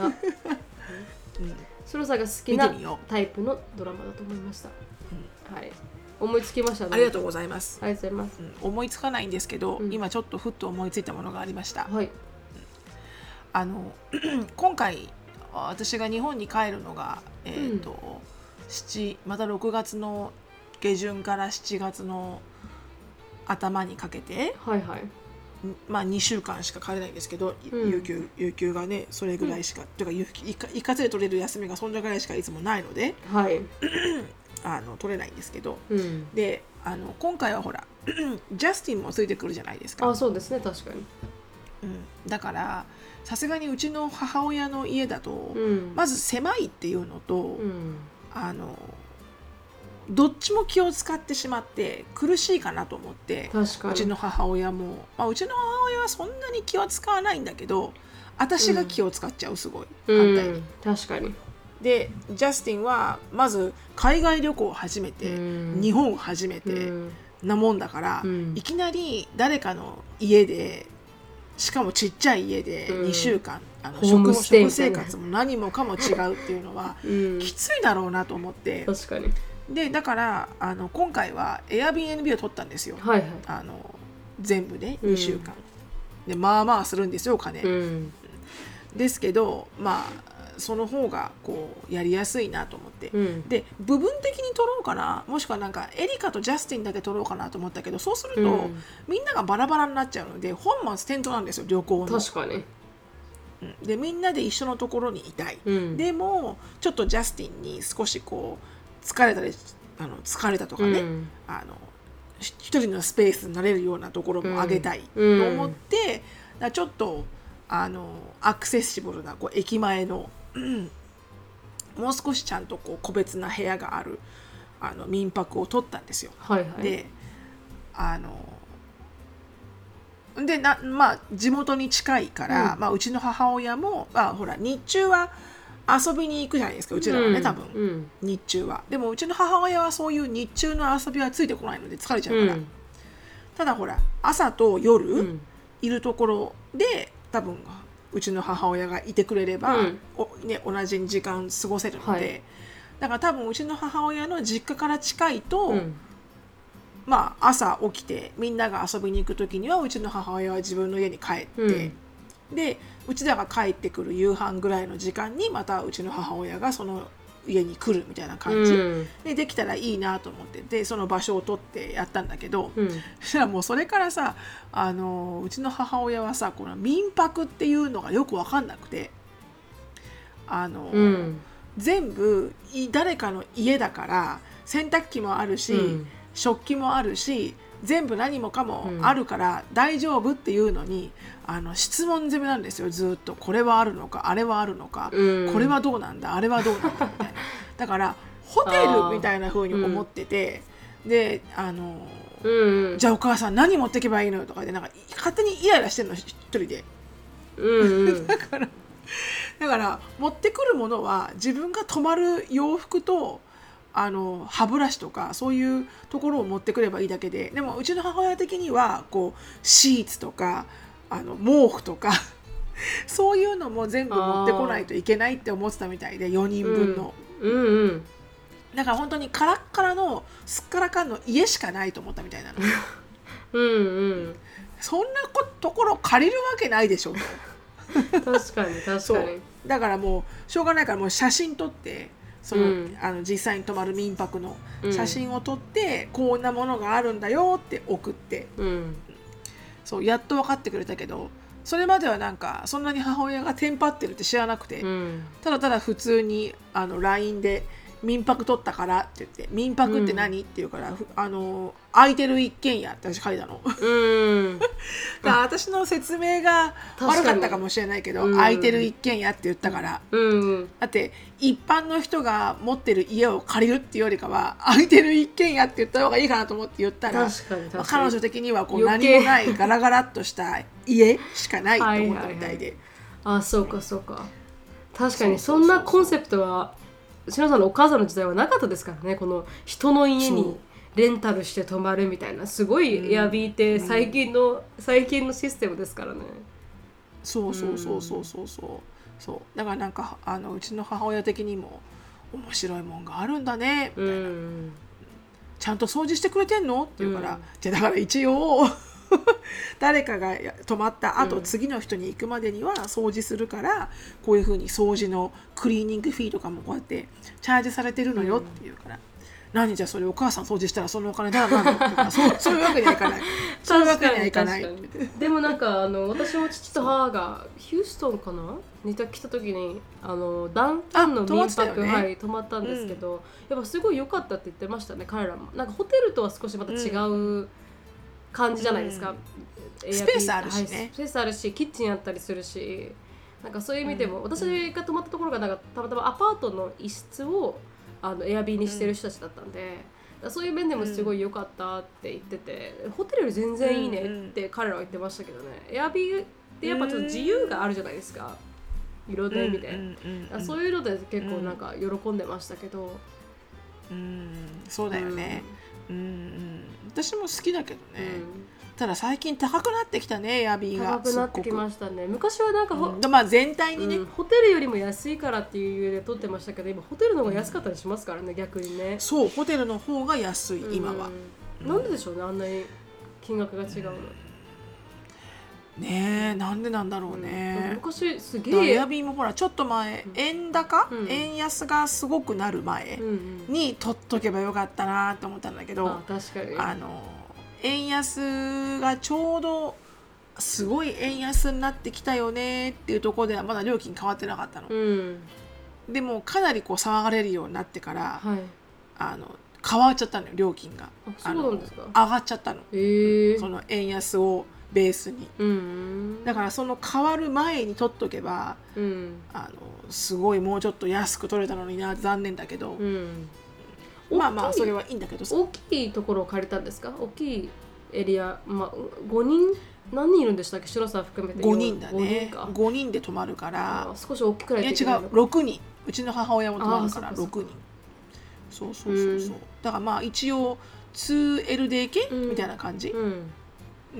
Speaker 1: しのさんが好き
Speaker 2: 見て
Speaker 1: な
Speaker 2: みよう
Speaker 1: タイプのドラマだと思いました、はい思いつきましたね
Speaker 2: ありがとうございます、
Speaker 1: ありがとうございま
Speaker 2: うん思いつかないんですけど、
Speaker 1: うん
Speaker 2: 今ちょっとふっと思いついたものがありました
Speaker 1: すはい
Speaker 2: あの 今回あ私が日本に帰るのが、えーと7また6月の下旬から7月の頭にかけて、
Speaker 1: はいはい
Speaker 2: んまあ、2週間しか帰れないんですけど、い
Speaker 1: うん
Speaker 2: 有給有給がねそれぐらいしか、というか有給一か一括で取れる休みがそんなぐらいしかいつもないので
Speaker 1: はい
Speaker 2: あの取れないんですけど
Speaker 1: うん
Speaker 2: であの今回はほら ジャスティンもついてくるじゃないですか
Speaker 1: あ。そうですね確かに
Speaker 2: うん、だからさすがにうちの母親の家だと、
Speaker 1: うん
Speaker 2: まず狭いっていうのと、
Speaker 1: うん
Speaker 2: あのどっちも気を使ってしまって苦しいかなと思って
Speaker 1: 確かに
Speaker 2: うちの母親も、まあ、うちの母親はそんなに気は使わないんだけど私が気を使っちゃうすごい、反対
Speaker 1: う
Speaker 2: に。
Speaker 1: ん確かに
Speaker 2: でジャスティンはまず海外旅行を始めて、
Speaker 1: うん
Speaker 2: 日本を始めて
Speaker 1: うん
Speaker 2: なもんだから、
Speaker 1: うん
Speaker 2: いきなり誰かの家でしかもちっちゃい家で
Speaker 1: うん
Speaker 2: 2週間、あの
Speaker 1: ホー
Speaker 2: 食
Speaker 1: ム
Speaker 2: も
Speaker 1: ステイみ
Speaker 2: 食
Speaker 1: た
Speaker 2: 生
Speaker 1: いな
Speaker 2: 活も何もかも違うっていうのは
Speaker 1: うん
Speaker 2: きついだろうなと思って
Speaker 1: 確かに
Speaker 2: でだからあの今回は Airbnb を取ったんですよ
Speaker 1: はいはい
Speaker 2: あの全部で
Speaker 1: うん
Speaker 2: 2週間、でまあまあするんですよお金、
Speaker 1: うん
Speaker 2: ですけどまあその方がこうやりやすいなと思って、
Speaker 1: うん
Speaker 2: で部分的に取ろうかなもしくはなんかエリカとジャスティンだけ取ろうかなと思ったけどそうすると、
Speaker 1: うん
Speaker 2: みんながバラバラになっちゃうので本末転倒なんですよ旅行の、
Speaker 1: 確かに
Speaker 2: うんでみんなで一緒のところにいたい、
Speaker 1: うん
Speaker 2: でもちょっとジャスティンに少しこう疲れたりあの疲れたとか
Speaker 1: う
Speaker 2: ね、
Speaker 1: ん
Speaker 2: あのひ一人のスペースになれるようなところもあげたいと
Speaker 1: うん
Speaker 2: 思って、だからちょっとあのアクセシブルなこう駅前の、うんもう少しちゃんとこう個別な部屋があるあの民泊を取ったんですよ。
Speaker 1: はいはい
Speaker 2: であのでなまあ地元に近いから、
Speaker 1: うん
Speaker 2: まあ、うちの母親も、まあ、ほら日中は遊びに行くじゃないですかうちらはね、
Speaker 1: うん
Speaker 2: 多分、
Speaker 1: うん
Speaker 2: 日中はでもうちの母親はそういう日中の遊びはついてこないので疲れちゃうから、
Speaker 1: うん
Speaker 2: ただほら朝と夜、
Speaker 1: うん
Speaker 2: いるところで多分うちの母親がいてくれれば、
Speaker 1: うん
Speaker 2: おね、同じ時間過ごせるので、
Speaker 1: はい
Speaker 2: だから多分うちの母親の実家から近いと、
Speaker 1: うん
Speaker 2: まあ、朝起きてみんなが遊びに行く時にはうちの母親は自分の家に帰って、でうちらが帰ってくる夕飯ぐらいの時間にまたうちの母親がその家に来るみたいな感じ、
Speaker 1: うん
Speaker 2: でできたらいいなと思ってでその場所を取ってやったんだけど、
Speaker 1: うん
Speaker 2: そしたらもうそれからさあのうちの母親はさこの民泊っていうのがよく分かんなくてあの、
Speaker 1: うん
Speaker 2: 全部い誰かの家だから洗濯機もあるし、
Speaker 1: うん
Speaker 2: 食器もあるし全部何もかも
Speaker 1: うん
Speaker 2: あるから大丈夫っていうのに、あの質問攻めなんですよずっとこれはあるのかあれはあるのか、
Speaker 1: うん
Speaker 2: これはどうなんだあれはどうなんだみ たいなだからホテルみたいな風に思ってて、であの
Speaker 1: うん
Speaker 2: じゃあお母さん何持ってけばいいのよとかでなんか勝手にイライラしてるの一人で
Speaker 1: うんうん
Speaker 2: だから持ってくるものは自分が泊まる洋服とあの歯ブラシとかそういうところを持ってくればいいだけででもうちの母親的にはこうシーツとかあの毛布とか そういうのも全部持ってこないといけないって思ってたみたいで4人分の、
Speaker 1: うんうん
Speaker 2: だから本当にカラッカラのすっからかんの家しかないと思ったみたいな の
Speaker 1: うんうん
Speaker 2: そんなこところ借りるわけないでしょと。
Speaker 1: 確 かに確
Speaker 2: そ
Speaker 1: か
Speaker 2: う
Speaker 1: に
Speaker 2: だからもうしょうがないからもう写真撮ってその、
Speaker 1: うん
Speaker 2: あの実際に泊まる民泊の
Speaker 1: うん
Speaker 2: 写真を撮って、こんなものがあるんだよって送って
Speaker 1: うん
Speaker 2: そうやっと分かってくれたけどそれまではなんかそんなに母親がテンパってるって知らなくて、
Speaker 1: うん
Speaker 2: ただただ普通にあの LINE で「民泊取ったから」って言って「民泊って何って言うからふ「あの空いてる一軒家」って私書いたのだか
Speaker 1: うん
Speaker 2: ら私の説明が悪かったかもしれないけど
Speaker 1: うん
Speaker 2: 「空いてる一軒家」って言ったから。
Speaker 1: うん
Speaker 2: だって一般の人が持ってる家を借りるっていうよりかは空いてる一軒家って言った方がいいかなと思って言ったら
Speaker 1: 確かに
Speaker 2: まあ
Speaker 1: 確
Speaker 2: 彼
Speaker 1: かに
Speaker 2: 女的にはこう
Speaker 1: 余
Speaker 2: 何
Speaker 1: 計
Speaker 2: もないガラガラっとした家しかないと思ったみたいで
Speaker 1: あそうかそうか確かにそんなコンセプトはしのさんのお母さんの時代はなかったですからねこの人の家
Speaker 2: そう
Speaker 1: にレンタルして泊まるみたいなすごいエアビーって最近の、最近のシステムですからね
Speaker 2: そうそうそうそうそうそうそうだからなんかあのうちの母親的にも面白いもんがあるんだねみ
Speaker 1: う
Speaker 2: たいなんちゃんと掃除してくれてんの?」って言うから「
Speaker 1: うん
Speaker 2: じゃあだから一応 誰かがや泊まった後、
Speaker 1: うん
Speaker 2: 次の人に行くまでには掃除するからこういうふうに掃除のクリーニングフィーとかもこうやってチャージされてるのよ」って言うから。何じゃあそれお母さん掃除したらそのお金だなんだっ て言うからそうそういうわけにはいかないそういうわけにはいかないって
Speaker 1: 確
Speaker 2: 言
Speaker 1: か
Speaker 2: っ
Speaker 1: に
Speaker 2: て
Speaker 1: でもなんかあの私も父と母がヒューストンかなに来た時にあのダウンタウンの
Speaker 2: 泊ま
Speaker 1: 民
Speaker 2: ってたよ
Speaker 1: 泊、
Speaker 2: ね
Speaker 1: はい泊まったんですけど、やっぱすごい良かったって言ってましたね彼らもなんかホテルとは少しまた違う感じじゃないですか、エアビー
Speaker 2: スペースあるし
Speaker 1: は
Speaker 2: ね
Speaker 1: いスペースあるしキッチンあったりするしなんかそういう意味でも、
Speaker 2: うん
Speaker 1: 私が泊まったところがなんかたまたまアパートの一室をあのエアビーにしてる人たちだったんで、だからそういう面でもすごい良かったって言ってて、ホテルより全然いいねって彼らは言ってましたけどね、エアビーってやっぱちょっと自由があるじゃないですかいろんな意味で、
Speaker 2: うんうんうん
Speaker 1: だからそういうので結構なんか喜んでましたけど、
Speaker 2: うんそうだよね、うんうん、私も好きだけど
Speaker 1: うん、
Speaker 2: ね、ただ最近高くなってきたねエアビ
Speaker 1: う
Speaker 2: ー
Speaker 1: ん高
Speaker 2: が
Speaker 1: くなってき
Speaker 2: すっ
Speaker 1: ましたね昔はなんか
Speaker 2: ご
Speaker 1: ほ、
Speaker 2: く、うんまあ全体にね、
Speaker 1: うんホテルよりも安いからっていう理由で取ってましたけど今ホテルの方が安かったりしますからね、逆にね
Speaker 2: そうホテルの方が安い今は、、
Speaker 1: うんなんででしょうねあんなに金額が違うの、
Speaker 2: ねえなんでなんだろう
Speaker 1: うん
Speaker 2: ね、
Speaker 1: 昔す
Speaker 2: だから
Speaker 1: げ
Speaker 2: エ
Speaker 1: え
Speaker 2: アビーもほらちょっと前
Speaker 1: うん
Speaker 2: 円高、
Speaker 1: うん
Speaker 2: 円安がすごくなる前
Speaker 1: うんうん
Speaker 2: に取っとけばよかったなと思ったんだけど、
Speaker 1: あ確かに
Speaker 2: あの円安がちょうどすごい円安になってきたよねっていうところではまだ料金変わってなかったの、
Speaker 1: うん
Speaker 2: でもかなりこう騒がれるようになってから
Speaker 1: はい
Speaker 2: あの変わっちゃったのよ料金が
Speaker 1: あそうなんですか
Speaker 2: あの上がっちゃったの
Speaker 1: ええ
Speaker 2: その円安をベースに
Speaker 1: うん
Speaker 2: だからその変わる前に取っとけば
Speaker 1: うん
Speaker 2: あのすごいもうちょっと安く取れたのにな残念だけど、
Speaker 1: うん
Speaker 2: まあま
Speaker 1: 大
Speaker 2: あ
Speaker 1: きい
Speaker 2: それはいいんだけどさ
Speaker 1: 大きいところを借りたんですか大きいエリアまあ五人何人いるんでしたっけ白さん含めて
Speaker 2: 5人だね
Speaker 1: 5人か
Speaker 2: ,5 人で泊まるから
Speaker 1: あ少し大きくない
Speaker 2: いや
Speaker 1: といけ
Speaker 2: 違う
Speaker 1: ないのか
Speaker 2: 6人うちの母親も泊まるから
Speaker 1: あー
Speaker 2: 6
Speaker 1: そっかそっか
Speaker 2: 人そうそうそうそうだからまあ一応 2LDK、
Speaker 1: うん
Speaker 2: みたいな感じ、
Speaker 1: うん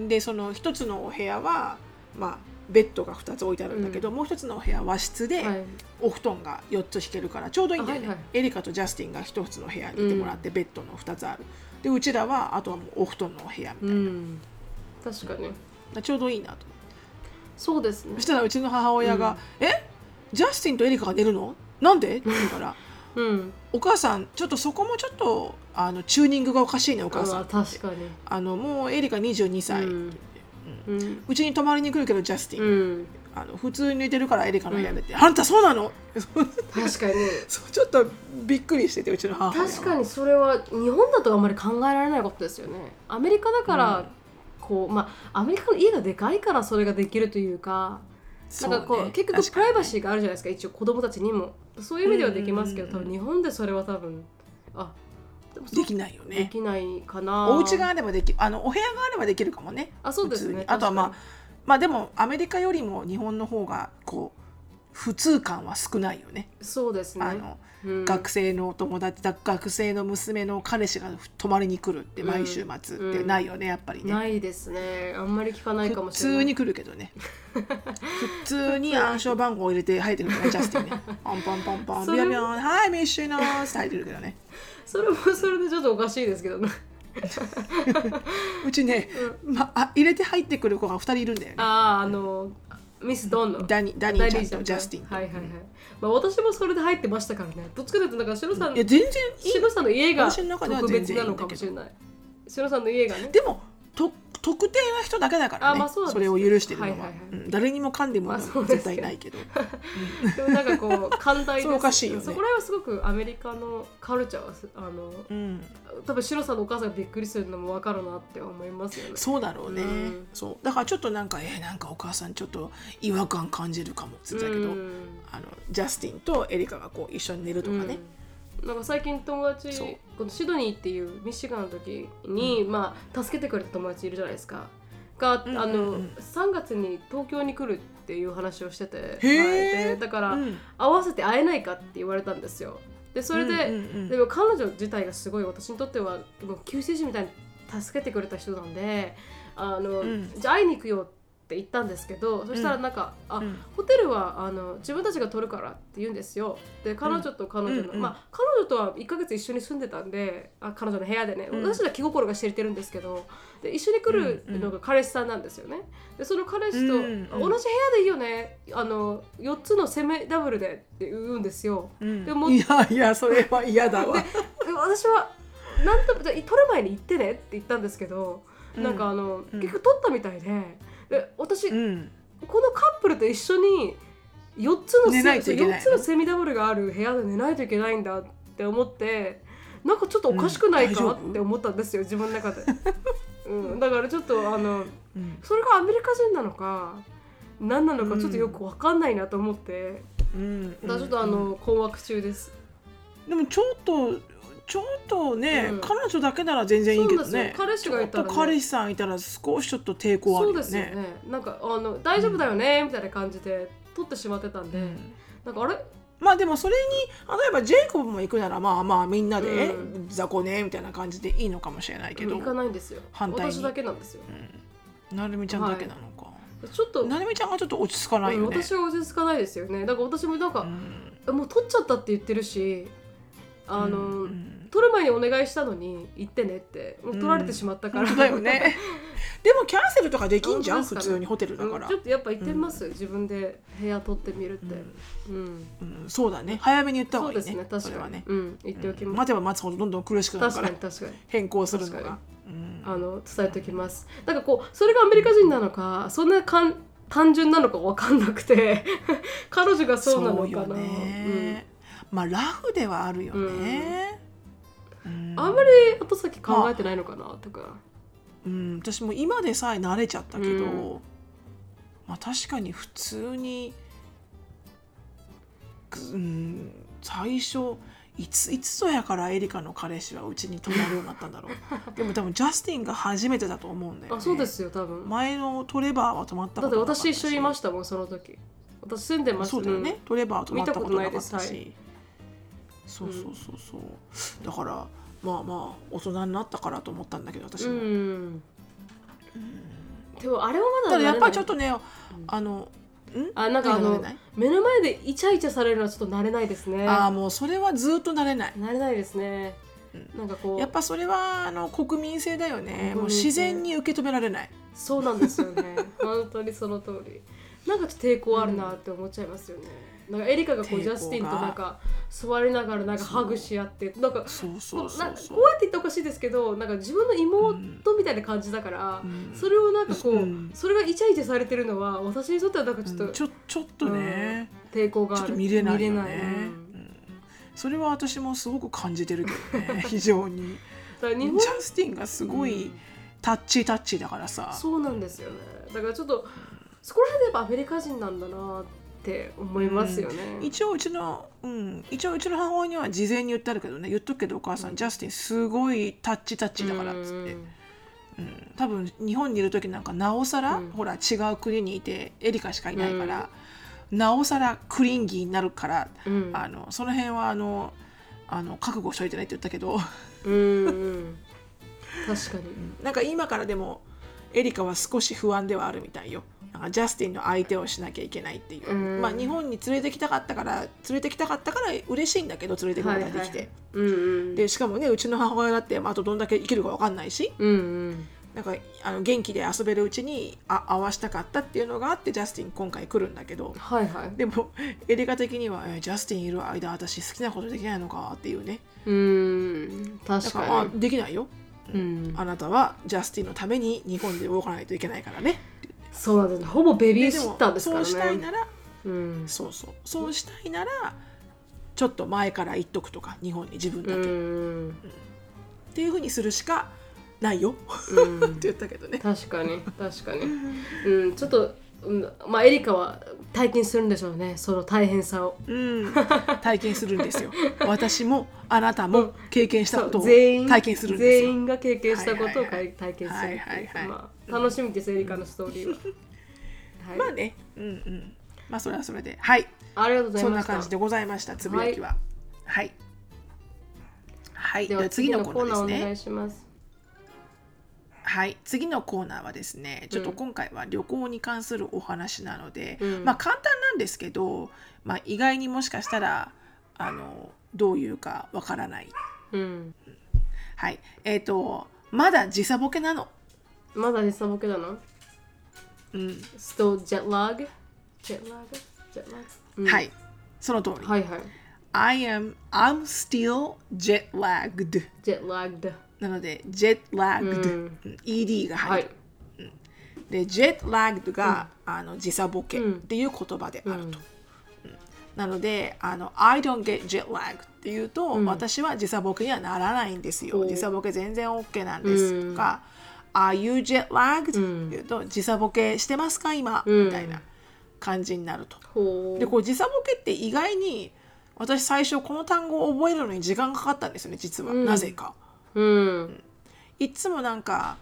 Speaker 2: でその一つのお部屋はまあベッドが2つ置いてあるんだけど、もう一つのお部屋は和室で、
Speaker 1: はい
Speaker 2: お布団が4つ引けるからちょうどいいんだよね、
Speaker 1: あはいは
Speaker 2: エリカとジャスティンが1つの部屋にいてもらって、ベッドの2つあるでうちらはあとはもうお布団のお部屋みたいな、
Speaker 1: うん確かに
Speaker 2: ちょうどいいなと
Speaker 1: そうですね
Speaker 2: そしたらうちの母親が「えジャスティンとエリカが寝るのなんで?」って言 うから
Speaker 1: うん
Speaker 2: 「お母さんちょっとそこもちょっとあのチューニングがおかしいねお母さ
Speaker 1: あ
Speaker 2: ん
Speaker 1: 確かに
Speaker 2: あのもうエリカ22歳、う
Speaker 1: うんうん
Speaker 2: ちに泊まりに来るけどジャスティン、
Speaker 1: うん
Speaker 2: あの普通に寝てるからエリカの部屋で」って「あんたそうなの?そう」
Speaker 1: 確かに
Speaker 2: ちょっとびっくりしててうちの母親は
Speaker 1: 確かにそれは日本だとあんまり考えられないことですよねアメリカだから、
Speaker 2: うん
Speaker 1: こうまあアメリカの家がでかいからそれができるというかなんかこう
Speaker 2: そうね
Speaker 1: 結
Speaker 2: 確か
Speaker 1: 局
Speaker 2: に
Speaker 1: プライバシーがあるじゃないですか一応子供たちにもそういう意味ではできますけど、
Speaker 2: うんうんうん
Speaker 1: 多分日本でそれは多分あでもそう
Speaker 2: できないよ
Speaker 1: で
Speaker 2: ね。
Speaker 1: きないかな
Speaker 2: お家があればできあのお部屋があればできるかもね。
Speaker 1: あそうです
Speaker 2: 普通
Speaker 1: ね
Speaker 2: にあとはまあ
Speaker 1: 確か
Speaker 2: まあでもアメリカよりも日本の方がこう普通感は少ないよね。
Speaker 1: にそうですね
Speaker 2: あの、
Speaker 1: うん
Speaker 2: 学生のお友達だ学生の娘の彼氏が泊まりに来るって
Speaker 1: うん
Speaker 2: 毎週末ってないよね、やっぱりね。
Speaker 1: ないですねあんまり聞かないかも
Speaker 2: 普
Speaker 1: しれない
Speaker 2: 通に来るけどね普通に暗証番号を入れて入ってくるからねジャスティンねパンパンパンパン
Speaker 1: そ
Speaker 2: ビ
Speaker 1: れ
Speaker 2: ャ
Speaker 1: も
Speaker 2: ビャンはいミッシュナースって入ってるけどね
Speaker 1: それもそれでちょっとおかしいですけ どね
Speaker 2: うちね、まあ入れて入ってくる子が2人いるんだよね
Speaker 1: あああのミス・ドンの
Speaker 2: ダニダニーちゃんとジャスティンと、
Speaker 1: はいはいはい。まあ私もそれで入ってましたからね。どっちかというとなんか白さん、
Speaker 2: いや全然いい
Speaker 1: 白さんの家が
Speaker 2: 私の中では
Speaker 1: 特
Speaker 2: 全
Speaker 1: 別
Speaker 2: 然いい
Speaker 1: なん
Speaker 2: だ
Speaker 1: のか
Speaker 2: けど
Speaker 1: もしれない。白さんの家がね。
Speaker 2: でもと特定な人だけだからね
Speaker 1: あまあそうなんで
Speaker 2: そ
Speaker 1: す
Speaker 2: れ
Speaker 1: よ
Speaker 2: を許してるのは,、
Speaker 1: はいはいはい
Speaker 2: うん誰にもかんでも
Speaker 1: まあそうで
Speaker 2: 絶
Speaker 1: すよ
Speaker 2: 対ないけど、
Speaker 1: でもなんかこう寛大です。
Speaker 2: それおかしいよね
Speaker 1: そこら辺はすごくアメリカのカルチャーはすあの
Speaker 2: うん、
Speaker 1: 多分白さんのお母さんがびっくりするのもわかるなって思いますよね。
Speaker 2: そうだろうね、
Speaker 1: うん
Speaker 2: そうだからちょっとなんかえーなんかお母さんちょっと違和感感じるかもって言ってたけ
Speaker 1: う
Speaker 2: ど、
Speaker 1: ん
Speaker 2: あのジャスティンとエリカがこう一緒に寝るとかね、
Speaker 1: うんなんか最近友達
Speaker 2: そう
Speaker 1: このシドニーっていうミシガンの時に、まあ、助けてくれた友達いるじゃないですかが、
Speaker 2: うんうんうん
Speaker 1: あの3月に東京に来るっていう話をしてて、はい
Speaker 2: ー
Speaker 1: でだから、
Speaker 2: うん
Speaker 1: 会わせて会えないかって言われたんですよでそれで、
Speaker 2: うんうんうん
Speaker 1: でも彼女自体がすごい私にとってはもう救世主みたいに助けてくれた人なんであの、
Speaker 2: うん
Speaker 1: じゃあ会いに行くよって行ったんですけどそしたらなんか、あ
Speaker 2: うん
Speaker 1: ホテルはあの自分たちが取るからって言うんですよで彼女と彼女の、
Speaker 2: うんうん
Speaker 1: まあ彼女とは1ヶ月一緒に住んでたんであ彼女の部屋でね、
Speaker 2: うん
Speaker 1: 私は気心が知れてるんですけどで一緒に来るのが彼氏さんなんですよねでその彼氏と、
Speaker 2: うんうん
Speaker 1: 同じ部屋でいいよねあの4つの攻めダブルでって言うんですよ
Speaker 2: うん
Speaker 1: でも
Speaker 2: いやいやそれは嫌だわ。
Speaker 1: で私はなんと取る前に行ってねって言ったんですけど、なんかあの、
Speaker 2: うん
Speaker 1: 結局取ったみたいでで私、
Speaker 2: うん
Speaker 1: このカップルと一緒に4つのセ
Speaker 2: 寝ないといけない
Speaker 1: 4つのセミダブルがある部屋で寝ないといけないんだって思ってなんかちょっとおかしくないか
Speaker 2: うん大
Speaker 1: っ
Speaker 2: 丈夫
Speaker 1: て思ったんですよ、自分の中で、 うん、だからちょっとあの
Speaker 2: うん
Speaker 1: それがアメリカ人なのか何なのかちょっとよくわかんないなと思って、
Speaker 2: うん
Speaker 1: だからちょっとあの困惑中です
Speaker 2: でもちょっとちょっとね、
Speaker 1: うん
Speaker 2: 彼女だけなら全然いいけど
Speaker 1: そうなんですよ
Speaker 2: ね
Speaker 1: 彼氏がいたらね
Speaker 2: ちょっと彼氏さんいたら少しちょっと抵抗ある
Speaker 1: そ
Speaker 2: よ
Speaker 1: う
Speaker 2: ね
Speaker 1: ですよねなんかあの大丈夫だよねみたいな感じで取ってしまってたんで、
Speaker 2: うん
Speaker 1: なんかあれ
Speaker 2: まあでもそれに例えばジェイコブも行くならまあまあみんなで
Speaker 1: う
Speaker 2: 雑魚ねみたいな感じでいいのかもしれないけど、
Speaker 1: 行かないんですよ
Speaker 2: 反対に
Speaker 1: 私だけなんですよ
Speaker 2: うんなるみちゃんだけなのか、
Speaker 1: ちょっと
Speaker 2: なるみちゃんがちょっと落ち着かないよ
Speaker 1: うん
Speaker 2: ね、
Speaker 1: 私は落ち着かないですよねだから私もなん
Speaker 2: う
Speaker 1: か、
Speaker 2: ん
Speaker 1: もう取っちゃったって言ってるしあの、
Speaker 2: うん
Speaker 1: 取る前にお願いしたのに行ってねってもう取られてしまったから、
Speaker 2: 本当だよ ねでもキャンセルとかできんじゃん
Speaker 1: 本当
Speaker 2: 普
Speaker 1: ですかね
Speaker 2: 通にホテル
Speaker 1: う
Speaker 2: だ
Speaker 1: ん
Speaker 2: から
Speaker 1: ちょ、っとやっぱ行ってみます、自分で部屋取ってみるって、うん
Speaker 2: うん、そうだね早めに言った方
Speaker 1: そう
Speaker 2: がいいね
Speaker 1: ですね
Speaker 2: そ
Speaker 1: 確
Speaker 2: れ
Speaker 1: か
Speaker 2: は
Speaker 1: に、
Speaker 2: ね
Speaker 1: うん、行っておきます、
Speaker 2: 待てば待つほどどんどん苦しくなる
Speaker 1: 確
Speaker 2: か
Speaker 1: からに確かに
Speaker 2: 変更するの
Speaker 1: 確か
Speaker 2: が、うん
Speaker 1: あの伝えておきますなんかこうそれがアメリカ人なのかそんなかん単純なのか分かんなくて 彼女がそうなの
Speaker 2: そうよ
Speaker 1: かな
Speaker 2: ね、まあラフではあるよね、
Speaker 1: うん、あんまり後先考えてないのかなとか、
Speaker 2: り、うん、私も今でさえ慣れちゃったけど、
Speaker 1: う
Speaker 2: まあ確かに普通に、くうん、最初いついつぞやからエリカの彼氏はうちに泊まるようになったんだろ うでも多分ジャスティンが初めてだと思うんだよ、ね、
Speaker 1: あそうですよ多分
Speaker 2: 前のトレバーは泊まった
Speaker 1: だ
Speaker 2: こ
Speaker 1: って
Speaker 2: となかった
Speaker 1: 私一緒にいましたもんその時私住んでました
Speaker 2: そうだよね、トレバーとなったことなかった
Speaker 1: 見
Speaker 2: し、
Speaker 1: たことない
Speaker 2: そうそうそうそう、だからまあまあ大人になったからと思ったんだけど私
Speaker 1: う
Speaker 2: も、
Speaker 1: ん、うんでもあれはまだ
Speaker 2: ただやっぱりちょっ
Speaker 1: と
Speaker 2: とね、あのん
Speaker 1: あなんかあ
Speaker 2: 慣れ
Speaker 1: の
Speaker 2: ない
Speaker 1: 目の前でイチャイチャされるのはちょっと慣れないですね
Speaker 2: ああもうそれはずっとなれない
Speaker 1: 慣れないですね
Speaker 2: う
Speaker 1: なんかこう
Speaker 2: やっぱそれはあの国民性だよね
Speaker 1: 国民性
Speaker 2: もう自然に受け止められない
Speaker 1: そうなんですよ ね本当にその通りなんかちょっと抵抗あるなって思っちゃいますよね、なんかエリカがこう
Speaker 2: 抵
Speaker 1: ジ
Speaker 2: 抗
Speaker 1: ャ
Speaker 2: が
Speaker 1: スティンとなんか座りながらなんかハグし合ってなんか
Speaker 2: そうそう
Speaker 1: な
Speaker 2: そ
Speaker 1: ん
Speaker 2: う
Speaker 1: か
Speaker 2: そ
Speaker 1: こ
Speaker 2: う
Speaker 1: うやって言っておかしいですけどなんか自分の妹みたいな感じだから、
Speaker 2: うん
Speaker 1: それをなんかこう、
Speaker 2: うん
Speaker 1: それがイチャイチャされてるのは私にとってはなんかちょっ
Speaker 2: うん
Speaker 1: と
Speaker 2: ちょちょっとね、
Speaker 1: 抵抗がある、
Speaker 2: ちょっと見れないよ
Speaker 1: 見
Speaker 2: ね
Speaker 1: れないうん
Speaker 2: うんそれは私もすごく感じてるけどね 非常に
Speaker 1: だから
Speaker 2: ジ
Speaker 1: 日
Speaker 2: ャ
Speaker 1: 本
Speaker 2: スティンがすごい、
Speaker 1: うん
Speaker 2: タッチタッチだからさ
Speaker 1: そうなんですよねだからちょっとそこら辺でやっぱアメリカ人なんだなって思いますよね、
Speaker 2: 一応うちの、うん、一応うちの母親には事前に言ってあるけどね言っとくけどお母さん、ジャスティンすごいタッチタッチだからっつって、うん多分日本にいる時なんかなおさら、
Speaker 1: うん
Speaker 2: ほら違う国にいてエリカしかいないから、なおさらクリンギーになるから、
Speaker 1: うんうん
Speaker 2: あのその辺はあのあの覚悟しといてねって言ったけど
Speaker 1: うんうん確かに、
Speaker 2: なんか今からでもエリカは少し不安ではあるみたいよなんかジャスティンの相手をしなきゃいけないっていう、
Speaker 1: うん
Speaker 2: まあ日本に連れてきたかったから連れてきたかったから嬉しいんだけど連れてくることができて、
Speaker 1: はいはいうんうん、
Speaker 2: でしかもねうちの母親だって、まあ、あとどんだけ生きるか分かんないし
Speaker 1: うんうん
Speaker 2: なんかあの元気で遊べるうちにあ会わしたかったっていうのがあってジャスティン今回来るんだけど
Speaker 1: はいはい
Speaker 2: でもエリカ的には、えージャスティンいる間私好きなことできないのかっていうね
Speaker 1: うん
Speaker 2: だ
Speaker 1: 確
Speaker 2: からあ
Speaker 1: かに
Speaker 2: できないよ
Speaker 1: うん、
Speaker 2: あなたはジャスティンのために日本で動かないといけないからね
Speaker 1: そうなんですほぼベビー
Speaker 2: で
Speaker 1: シ
Speaker 2: も
Speaker 1: ッターですか
Speaker 2: そうした
Speaker 1: ら
Speaker 2: い
Speaker 1: ね
Speaker 2: なら
Speaker 1: うん
Speaker 2: そうそうそうしたいならちょっと前から言っとくとか日本に自分だ
Speaker 1: う
Speaker 2: け、っ
Speaker 1: ん
Speaker 2: ていうふうにするしかないよ
Speaker 1: う
Speaker 2: っ
Speaker 1: ん
Speaker 2: て言ったけどね
Speaker 1: 確かに確かに、うん、ちょっと、うん、まあエリカは体験するんでしょうねその大変さを
Speaker 2: うん、体験するんですよ。私もあなたも経験したことを
Speaker 1: そう全員
Speaker 2: 体験するんです
Speaker 1: 全
Speaker 2: よ。
Speaker 1: 員が経験したことを
Speaker 2: はいはいはい
Speaker 1: 体体験するっていう、
Speaker 2: はいはいはい
Speaker 1: まあ、楽しみですエリカのストーリー は、はい、
Speaker 2: まあね、うんうん、まあそれはそれで、はい、
Speaker 1: ありがとうござ
Speaker 2: そ
Speaker 1: い
Speaker 2: ん
Speaker 1: ま
Speaker 2: な
Speaker 1: した
Speaker 2: 感じでございました。つぶやきは、はい、はい、では次のコーナーです
Speaker 1: お願
Speaker 2: ね。
Speaker 1: いします。
Speaker 2: はい次のコーナーはですねちょっと
Speaker 1: うん
Speaker 2: 今回は旅行に関するお話なので、
Speaker 1: うん
Speaker 2: まあ簡単なんですけど、まあ、意外にもしかしたらあのどういうかわからない
Speaker 1: うん
Speaker 2: はいえっ、とまだ時差ボケなの、
Speaker 1: まだ時差ボケなの
Speaker 2: うん
Speaker 1: ストジェットラグジェットラグジェットラグ、うん
Speaker 2: はいその通り、
Speaker 1: はいはい
Speaker 2: I am I'm still jet lagged
Speaker 1: ジェットラグ
Speaker 2: なので jet
Speaker 1: う
Speaker 2: lagged、
Speaker 1: ん
Speaker 2: ED が入る、
Speaker 1: はい
Speaker 2: で jet lagged が、あの時差ボケっていう言葉である
Speaker 1: う
Speaker 2: と、
Speaker 1: ん
Speaker 2: うんなのであの I don't get jet lag っていうと、
Speaker 1: ん
Speaker 2: 私は時差ボケにはならないんですよ
Speaker 1: お
Speaker 2: 時差ボケ全然 OK なんですとか、Are you jet lagged?、っていうと時差ボケしてますか今、
Speaker 1: うん
Speaker 2: みたいな感じになると
Speaker 1: ほ
Speaker 2: でこう時差ボケって意外に私最初この単語を覚えるのに時間がかかったんですよね実は、
Speaker 1: うん
Speaker 2: なぜか
Speaker 1: ううん
Speaker 2: いつもなんか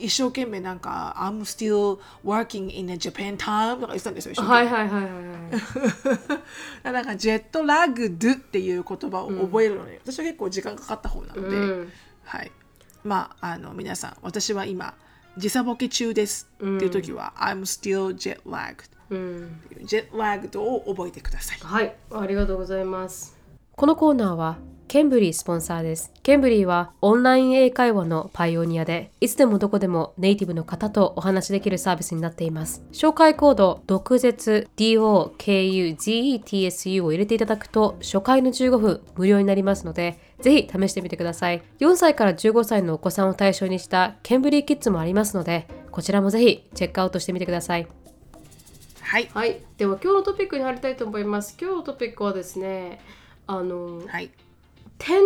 Speaker 2: 一生懸命なんか「I'm still working in a Japan time」とか言ってたんですよ一生懸
Speaker 1: は
Speaker 2: 命
Speaker 1: いはいはいはいはい
Speaker 2: なんかジェットラグドゥっていう言葉を覚えるのに、私は結構時間かかった方なので、
Speaker 1: うん
Speaker 2: はいまああの皆さん私は今時差ボケ中ですっていう時は、I'm still jet lagged
Speaker 1: うん
Speaker 2: っていうジェットラグドを覚えてください
Speaker 1: はい、ありがとうございます。このコーナーはケンブリースポンサーです。ケンブリーはオンライン英会話のパイオニアで、いつでもどこでもネイティブの方とお話しできるサービスになっています。紹介コード、毒舌 DOKUZETSU を入れていただくと、初回の15分無料になりますので、ぜひ試してみてください。4歳から15歳のお子さんを対象にしたケンブリーキッズもありますので、こちらもぜひチェックアウトしてみてください。
Speaker 2: はい
Speaker 1: はい、では今日のトピックに入りたいと思います。今日のトピックはですね、あの、
Speaker 2: はい
Speaker 1: 10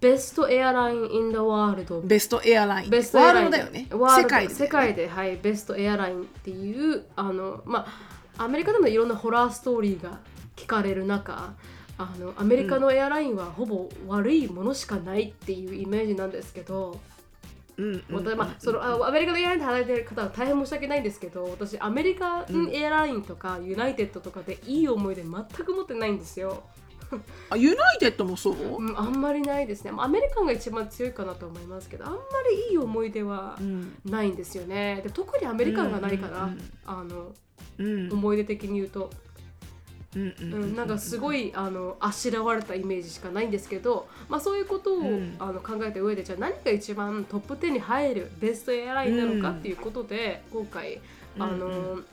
Speaker 1: best airline in the world。
Speaker 2: ベストエアライン
Speaker 1: ベストエアライン。
Speaker 2: ワールドだよね
Speaker 1: ワールド
Speaker 2: 世界でだよね、
Speaker 1: 世界で、はい、ベストエアラインっていう、あの、まあ、アメリカでもいろんなホラーストーリーが聞かれる中、あのアメリカのエアラインはほぼ悪いものしかないっていうイメージなんですけど、
Speaker 2: うんうんうん
Speaker 1: まあ、そのあアメリカのエアラインで働いてる方は大変申し訳ないんですけど私アメリカンエアラインとかユナイテッドとかでいい思い出全く持ってないんですよ、
Speaker 2: あユナイテッドもそう、
Speaker 1: うん、あんまりないですねまあアメリカンが一番強いかなと思いますけどあんまりいい思い出は
Speaker 2: うん
Speaker 1: ないんですよねで特にアメリカンがないから、
Speaker 2: うん
Speaker 1: あの
Speaker 2: うん
Speaker 1: 思い出的に言うと、
Speaker 2: うんう
Speaker 1: うん、なんかすごいあのあしらわれたイメージしかないんですけど、まあ、そういうことを、
Speaker 2: うん
Speaker 1: あの考えた上でじゃあ何が一番トップ10に入るベストエアラインなのかっていうことで、今回あの、
Speaker 2: うん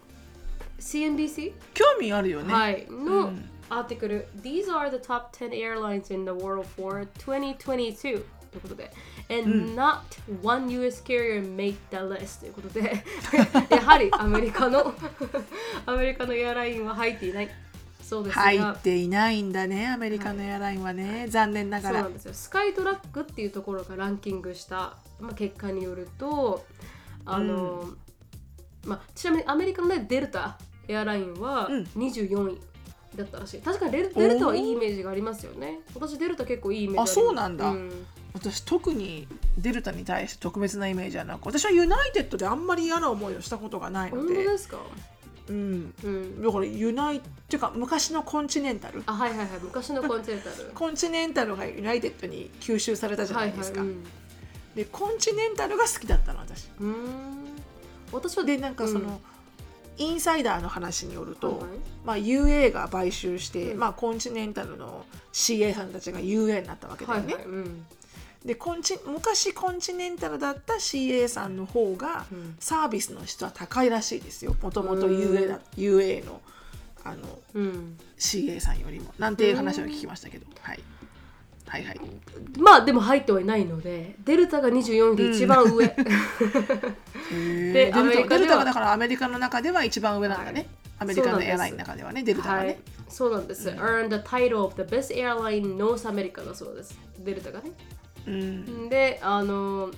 Speaker 1: CNBC、
Speaker 2: 興味あるよね、
Speaker 1: はい、の
Speaker 2: うん
Speaker 1: アーティクル「These are the top 10 airlines in the world for 2022」ということで「And、not one US carrier made the list」ということで やはりアメリカの アメリカのエアラインは入っていないそうですが、
Speaker 2: 入っていないんだねアメリカのエアラインはね、残念なが
Speaker 1: そうな
Speaker 2: ら
Speaker 1: んですよスカイトラックっていうところがランキングした、まあ、結果によるとあの、まあ、ちなみにアメリカの、ね、デルタエアラインは
Speaker 2: うん
Speaker 1: 24位だったらしい、確かにデル
Speaker 2: おー
Speaker 1: デルタはいいイメージがありますよね私デルタ結構いいイメージ
Speaker 2: あそうなんだ
Speaker 1: うん
Speaker 2: 私特にデルタに対して特別なイメージはなく私はユナイテッドであんまり嫌な思いをしたことがないの
Speaker 1: 本当
Speaker 2: で、
Speaker 1: ですか
Speaker 2: うん、
Speaker 1: うん
Speaker 2: だからユナイっていうか昔のコンチネンタル
Speaker 1: あはいはいはい昔のコンチェルタル
Speaker 2: コンチネンタルがユナイテッドに吸収されたじゃないですか、
Speaker 1: はいはいうん
Speaker 2: でコンチネンタルが好きだったの私
Speaker 1: うーん私は
Speaker 2: でなんかその、
Speaker 1: うん
Speaker 2: インサイダーの話によると、
Speaker 1: はいはい
Speaker 2: まあ、UA が買収して、
Speaker 1: うん
Speaker 2: まあ、コンチネンタルの CA さんたちが UA になったわけだ
Speaker 1: は
Speaker 2: よ
Speaker 1: い
Speaker 2: ね。
Speaker 1: はいうん
Speaker 2: でコンチ昔コンチネンタルだった CA さんの方が
Speaker 1: うん
Speaker 2: サービスの質は高いらしいですよもともと
Speaker 1: うん
Speaker 2: UA, だ UA のあの
Speaker 1: うん、
Speaker 2: CA さんよりもなんていう話を聞きましたけど、はい、はいはい
Speaker 1: まあでも入ってはいないのでデルタが24位で一番上、アメリカでは
Speaker 2: デルタデルタがだからアメリカの中では一番上なんだね、アメリカのエアラインの中ではねデルタが
Speaker 1: は
Speaker 2: ね、
Speaker 1: い、そうなんです。Earn the title of the best airline North America だそうです。デルタがね。
Speaker 2: うん
Speaker 1: で、あの、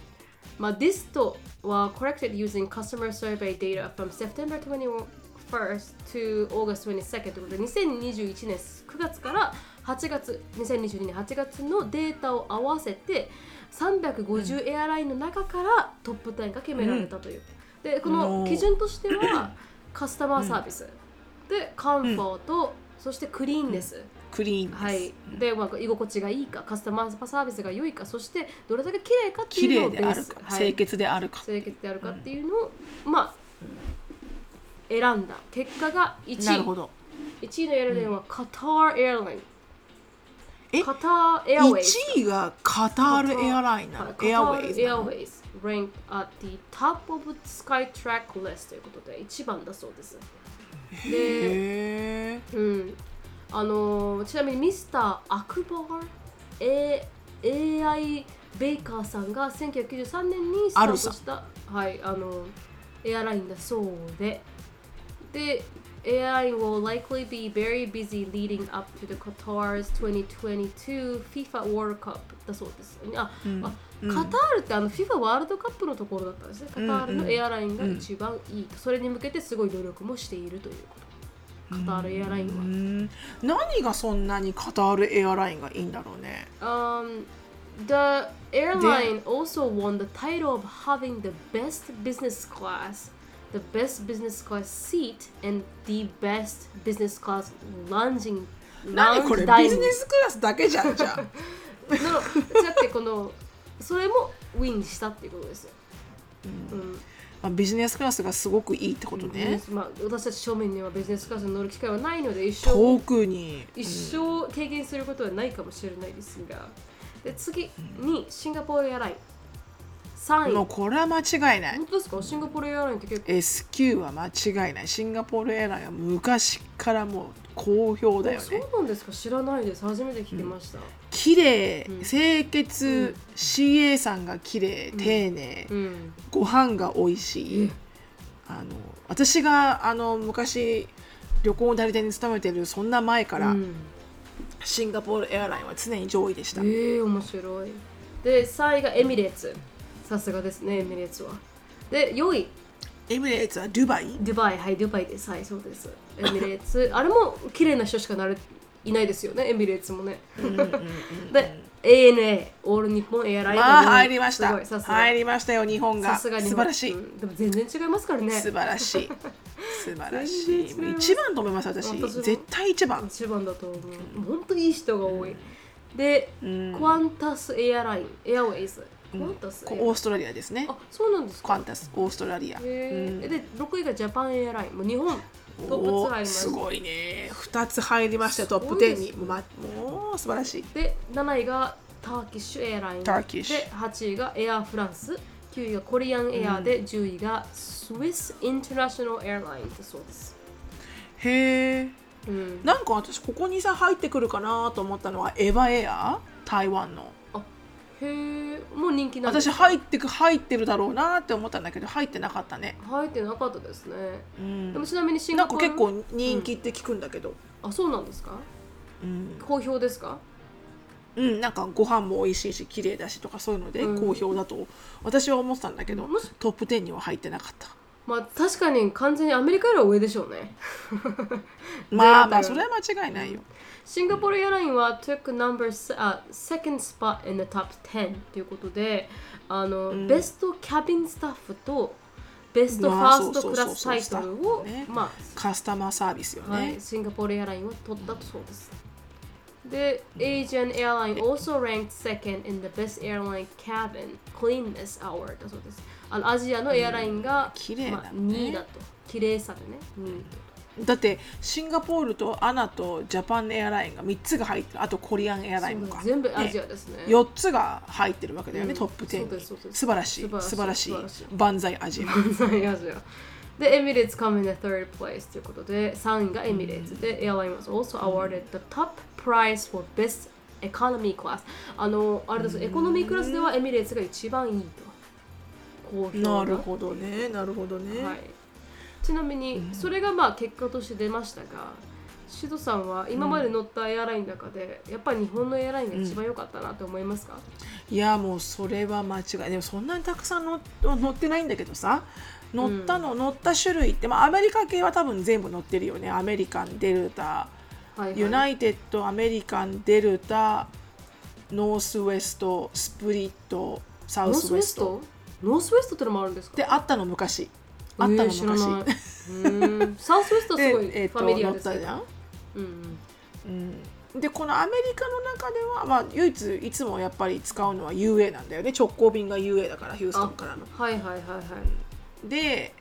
Speaker 1: まあ、this とは corrected using customer survey data from September 21st to August 22nd ということで、2021年9月から8月、2022年8月のデータを合わせて、350エアラインの中からトップ10が決められたという。で、この基準としては、カスタマーサービス。で、カンフォート、そしてクリーンネス。
Speaker 2: クリーンです、
Speaker 1: はい、で、まあ、居心地がいいかカスタマーサービスが良いかそしてどれだけ綺麗かって
Speaker 2: 綺
Speaker 1: いうの
Speaker 2: 麗
Speaker 1: をベ
Speaker 2: であ
Speaker 1: ー
Speaker 2: る
Speaker 1: ス
Speaker 2: か、
Speaker 1: はい
Speaker 2: 清潔であるか
Speaker 1: 清潔であるかっていうのを、まあ選んだ結果が1
Speaker 2: なるほ
Speaker 1: 位
Speaker 2: ど
Speaker 1: 1位のエアラインはカタールエアライン
Speaker 2: え
Speaker 1: カタールエアウェイズ
Speaker 2: 1位がカタールエアラインな
Speaker 1: はいカ
Speaker 2: の
Speaker 1: タ
Speaker 2: エアウ
Speaker 1: ー
Speaker 2: ェイ
Speaker 1: ル
Speaker 2: ズ
Speaker 1: エア
Speaker 2: な
Speaker 1: ウ
Speaker 2: の
Speaker 1: ェイズ ranked at the top of the Skytrack list ということで1番だそうですで
Speaker 2: へえ
Speaker 1: うん、あのーちなみにミスター・アクバー、A、AI ベイカーさんが1993年にスタートした、はい、あのーエアラインだそうでで AI will likely be very busy leading up to the Qatar's 2022 FIFA World Cup だそうですあ、あカタールってあの FIFA ワールドカップのところだったんですねカタールのエアラインが一番いいと、それに向けてすごい努力もしているということカタールエアラインは、
Speaker 2: うん何がそんなにカタールエアラインがいいんだろうね
Speaker 1: Um, the airline also won the title of having the best business class, the best business class seat, and the best business class lounging.
Speaker 2: 何こ
Speaker 1: lounge
Speaker 2: れ
Speaker 1: dining.
Speaker 2: ビジ ネスクラスだけじゃんじゃん
Speaker 1: のだってこのそれもウィンしたっていうことですよ。うん
Speaker 2: まあビジネスクラスがすごくいいってこと
Speaker 1: ビジネ
Speaker 2: ね
Speaker 1: スまあ、私たち正面にはビジネスクラスに乗る機会はないので一生
Speaker 2: 遠くに
Speaker 1: 一生経験することはないかもしれないですがで次にシンガポールエアライン3位
Speaker 2: もうこれは間違いない
Speaker 1: 本当ですかシンガポールエアラインって結構
Speaker 2: S q は間違いないシンガポールエアラインは昔からもう好評だよ
Speaker 1: そ
Speaker 2: ね
Speaker 1: うなんですか知らないです初めて聞きました、
Speaker 2: 綺麗清潔、CA さんが綺麗丁寧、
Speaker 1: うん
Speaker 2: ご飯が美味しい、あの私があの昔旅行代理店に勤めてるそんな前から、
Speaker 1: うん
Speaker 2: シンガポールエアラインは常に上位でした、
Speaker 1: ええ面白いで3位がエミレーツさすがですねエミレーツはで4位
Speaker 2: エミレーツはドゥバイ
Speaker 1: ドゥバイはいドゥバイですはいそうですエミレー ツあれも綺麗な人しかなれいないですよねエミレーツもね、で ANA オール日本エアライン
Speaker 2: あー入りまし
Speaker 1: す
Speaker 2: た
Speaker 1: ごいさすが
Speaker 2: 入りましたよ日本が
Speaker 1: さす
Speaker 2: 素
Speaker 1: が日
Speaker 2: 晴
Speaker 1: 本
Speaker 2: らしい、
Speaker 1: うんでも全然違いますからね
Speaker 2: 素晴らしい素晴らしい
Speaker 1: 全然違います
Speaker 2: 一番と思います私
Speaker 1: 私も
Speaker 2: 絶対一番
Speaker 1: 一番だと思う本当にいい人が多い、で、クアンタスエアラインエアウェイズクアンタスエア
Speaker 2: こ
Speaker 1: ライン、
Speaker 2: オーストラリアですね
Speaker 1: あそうなんです
Speaker 2: クア
Speaker 1: か
Speaker 2: ンタスオーストラリア、
Speaker 1: へーで6位がジャパンエアラインもう日本トップ2入
Speaker 2: お
Speaker 1: りま
Speaker 2: ー
Speaker 1: し
Speaker 2: す
Speaker 1: た
Speaker 2: ごいね2つ入りましたよトップ
Speaker 1: すごいです
Speaker 2: 10にもうまもう素晴らしい
Speaker 1: で7位がターキッシュエアライン
Speaker 2: ターキッシュ
Speaker 1: で8位がエアフランス9位がコリアンエアで、10位がスイス・インターナショナルエアラインだそうです、
Speaker 2: へえ
Speaker 1: うん、
Speaker 2: なんか私ここにさ入ってくるかなと思ったのはエヴァエア台湾の
Speaker 1: あへえもう人気なんです
Speaker 2: 私入ってく入ってるだろうなって思ったんだけど入ってなかったね、
Speaker 1: 入ってなかったですね、
Speaker 2: うん
Speaker 1: でもちなみにシン
Speaker 2: な
Speaker 1: ガ
Speaker 2: んか
Speaker 1: ポール
Speaker 2: 結構人気って聞くんだけど
Speaker 1: あそうなんですか
Speaker 2: うん、
Speaker 1: 好評ですか
Speaker 2: うんなんかご飯も美味しいし綺麗だしとかそういうので好評だと私は思ってたんだけど、
Speaker 1: もし
Speaker 2: トップ10には入ってなかった
Speaker 1: まあ確かに完全にアメリカよりは上でしょう ね全体
Speaker 2: まあまあそれは間違いないよ、
Speaker 1: シンガポールエアラインは took number s- あ second spot in the top 10ということであの、ベストキャビンスタッフとベストファ
Speaker 2: まあ
Speaker 1: ーストクラス
Speaker 2: そ
Speaker 1: タ
Speaker 2: うそう
Speaker 1: イ
Speaker 2: そうそう
Speaker 1: トルを、
Speaker 2: ね
Speaker 1: ま
Speaker 2: カスタマーサービスよ
Speaker 1: あ、は
Speaker 2: ね、
Speaker 1: い、シンガポールエアラインは取ったそうですで、Asian Airline also ranked second in the best airline cabin cleanness hour だそうですあのアジアのエアラインが、
Speaker 2: 綺麗だね
Speaker 1: まあ、2位だと綺麗さでね2位と
Speaker 2: だってシンガポールとアナとジャパンエアラインが3つが入ってるあとコリアンエアラインもか
Speaker 1: 全部アジアですね。
Speaker 2: 4つが入ってるわけだよね、
Speaker 1: うん
Speaker 2: トップ
Speaker 1: そう
Speaker 2: 10
Speaker 1: で
Speaker 2: に
Speaker 1: すそう
Speaker 2: 素
Speaker 1: です
Speaker 2: 晴らしい
Speaker 1: 素晴
Speaker 2: 素晴
Speaker 1: ら
Speaker 2: ら
Speaker 1: しい
Speaker 2: しい
Speaker 1: 素晴らし
Speaker 2: 万歳ア ジア
Speaker 1: アジア。 で、エミレーツ come in the third place ということで、3位がエミレーツで、エアライン was also awarded the top prize for best economy class。あの、あれです、エコノミークラスではエミレーツが一番いいと。好評だ
Speaker 2: なるほどねなるほどね、
Speaker 1: はい、ちなみにそれがまあ結果として出ましたがシドさんは今まで乗ったエアラインの中で、やっぱり日本のエアラインが一番良かったなと思いますか、
Speaker 2: い、やもうそれは間違いでもそんなにたくさん乗っ乗ってないんだけどさ乗ったの、乗った種類って、まあ、アメリカ系は多分全部乗ってるよねアメリカンデルタ
Speaker 1: はいはい
Speaker 2: ユナイテッド、アメリカン、デルタ、ノースウェスト、スプリット、サ
Speaker 1: ノ
Speaker 2: ウ
Speaker 1: ー
Speaker 2: ス
Speaker 1: スウ
Speaker 2: ウ
Speaker 1: ェ
Speaker 2: ェス
Speaker 1: ス
Speaker 2: ト。
Speaker 1: トノースウェストってのもあるんですか
Speaker 2: で、あったの昔。
Speaker 1: え
Speaker 2: あったの
Speaker 1: ー知らない
Speaker 2: 昔。
Speaker 1: うーんサウスウェストはすごい
Speaker 2: で、えっ
Speaker 1: フ
Speaker 2: と、
Speaker 1: ァミリア
Speaker 2: 乗っ
Speaker 1: ですけ
Speaker 2: た
Speaker 1: ど、
Speaker 2: じゃん。
Speaker 1: うんうん
Speaker 2: うんでこのアメリカの中では、まあ、唯一いつもやっぱり使うのは UA なんだよね直行便が UA だからヒューストンからの。
Speaker 1: はいはいはいはい
Speaker 2: で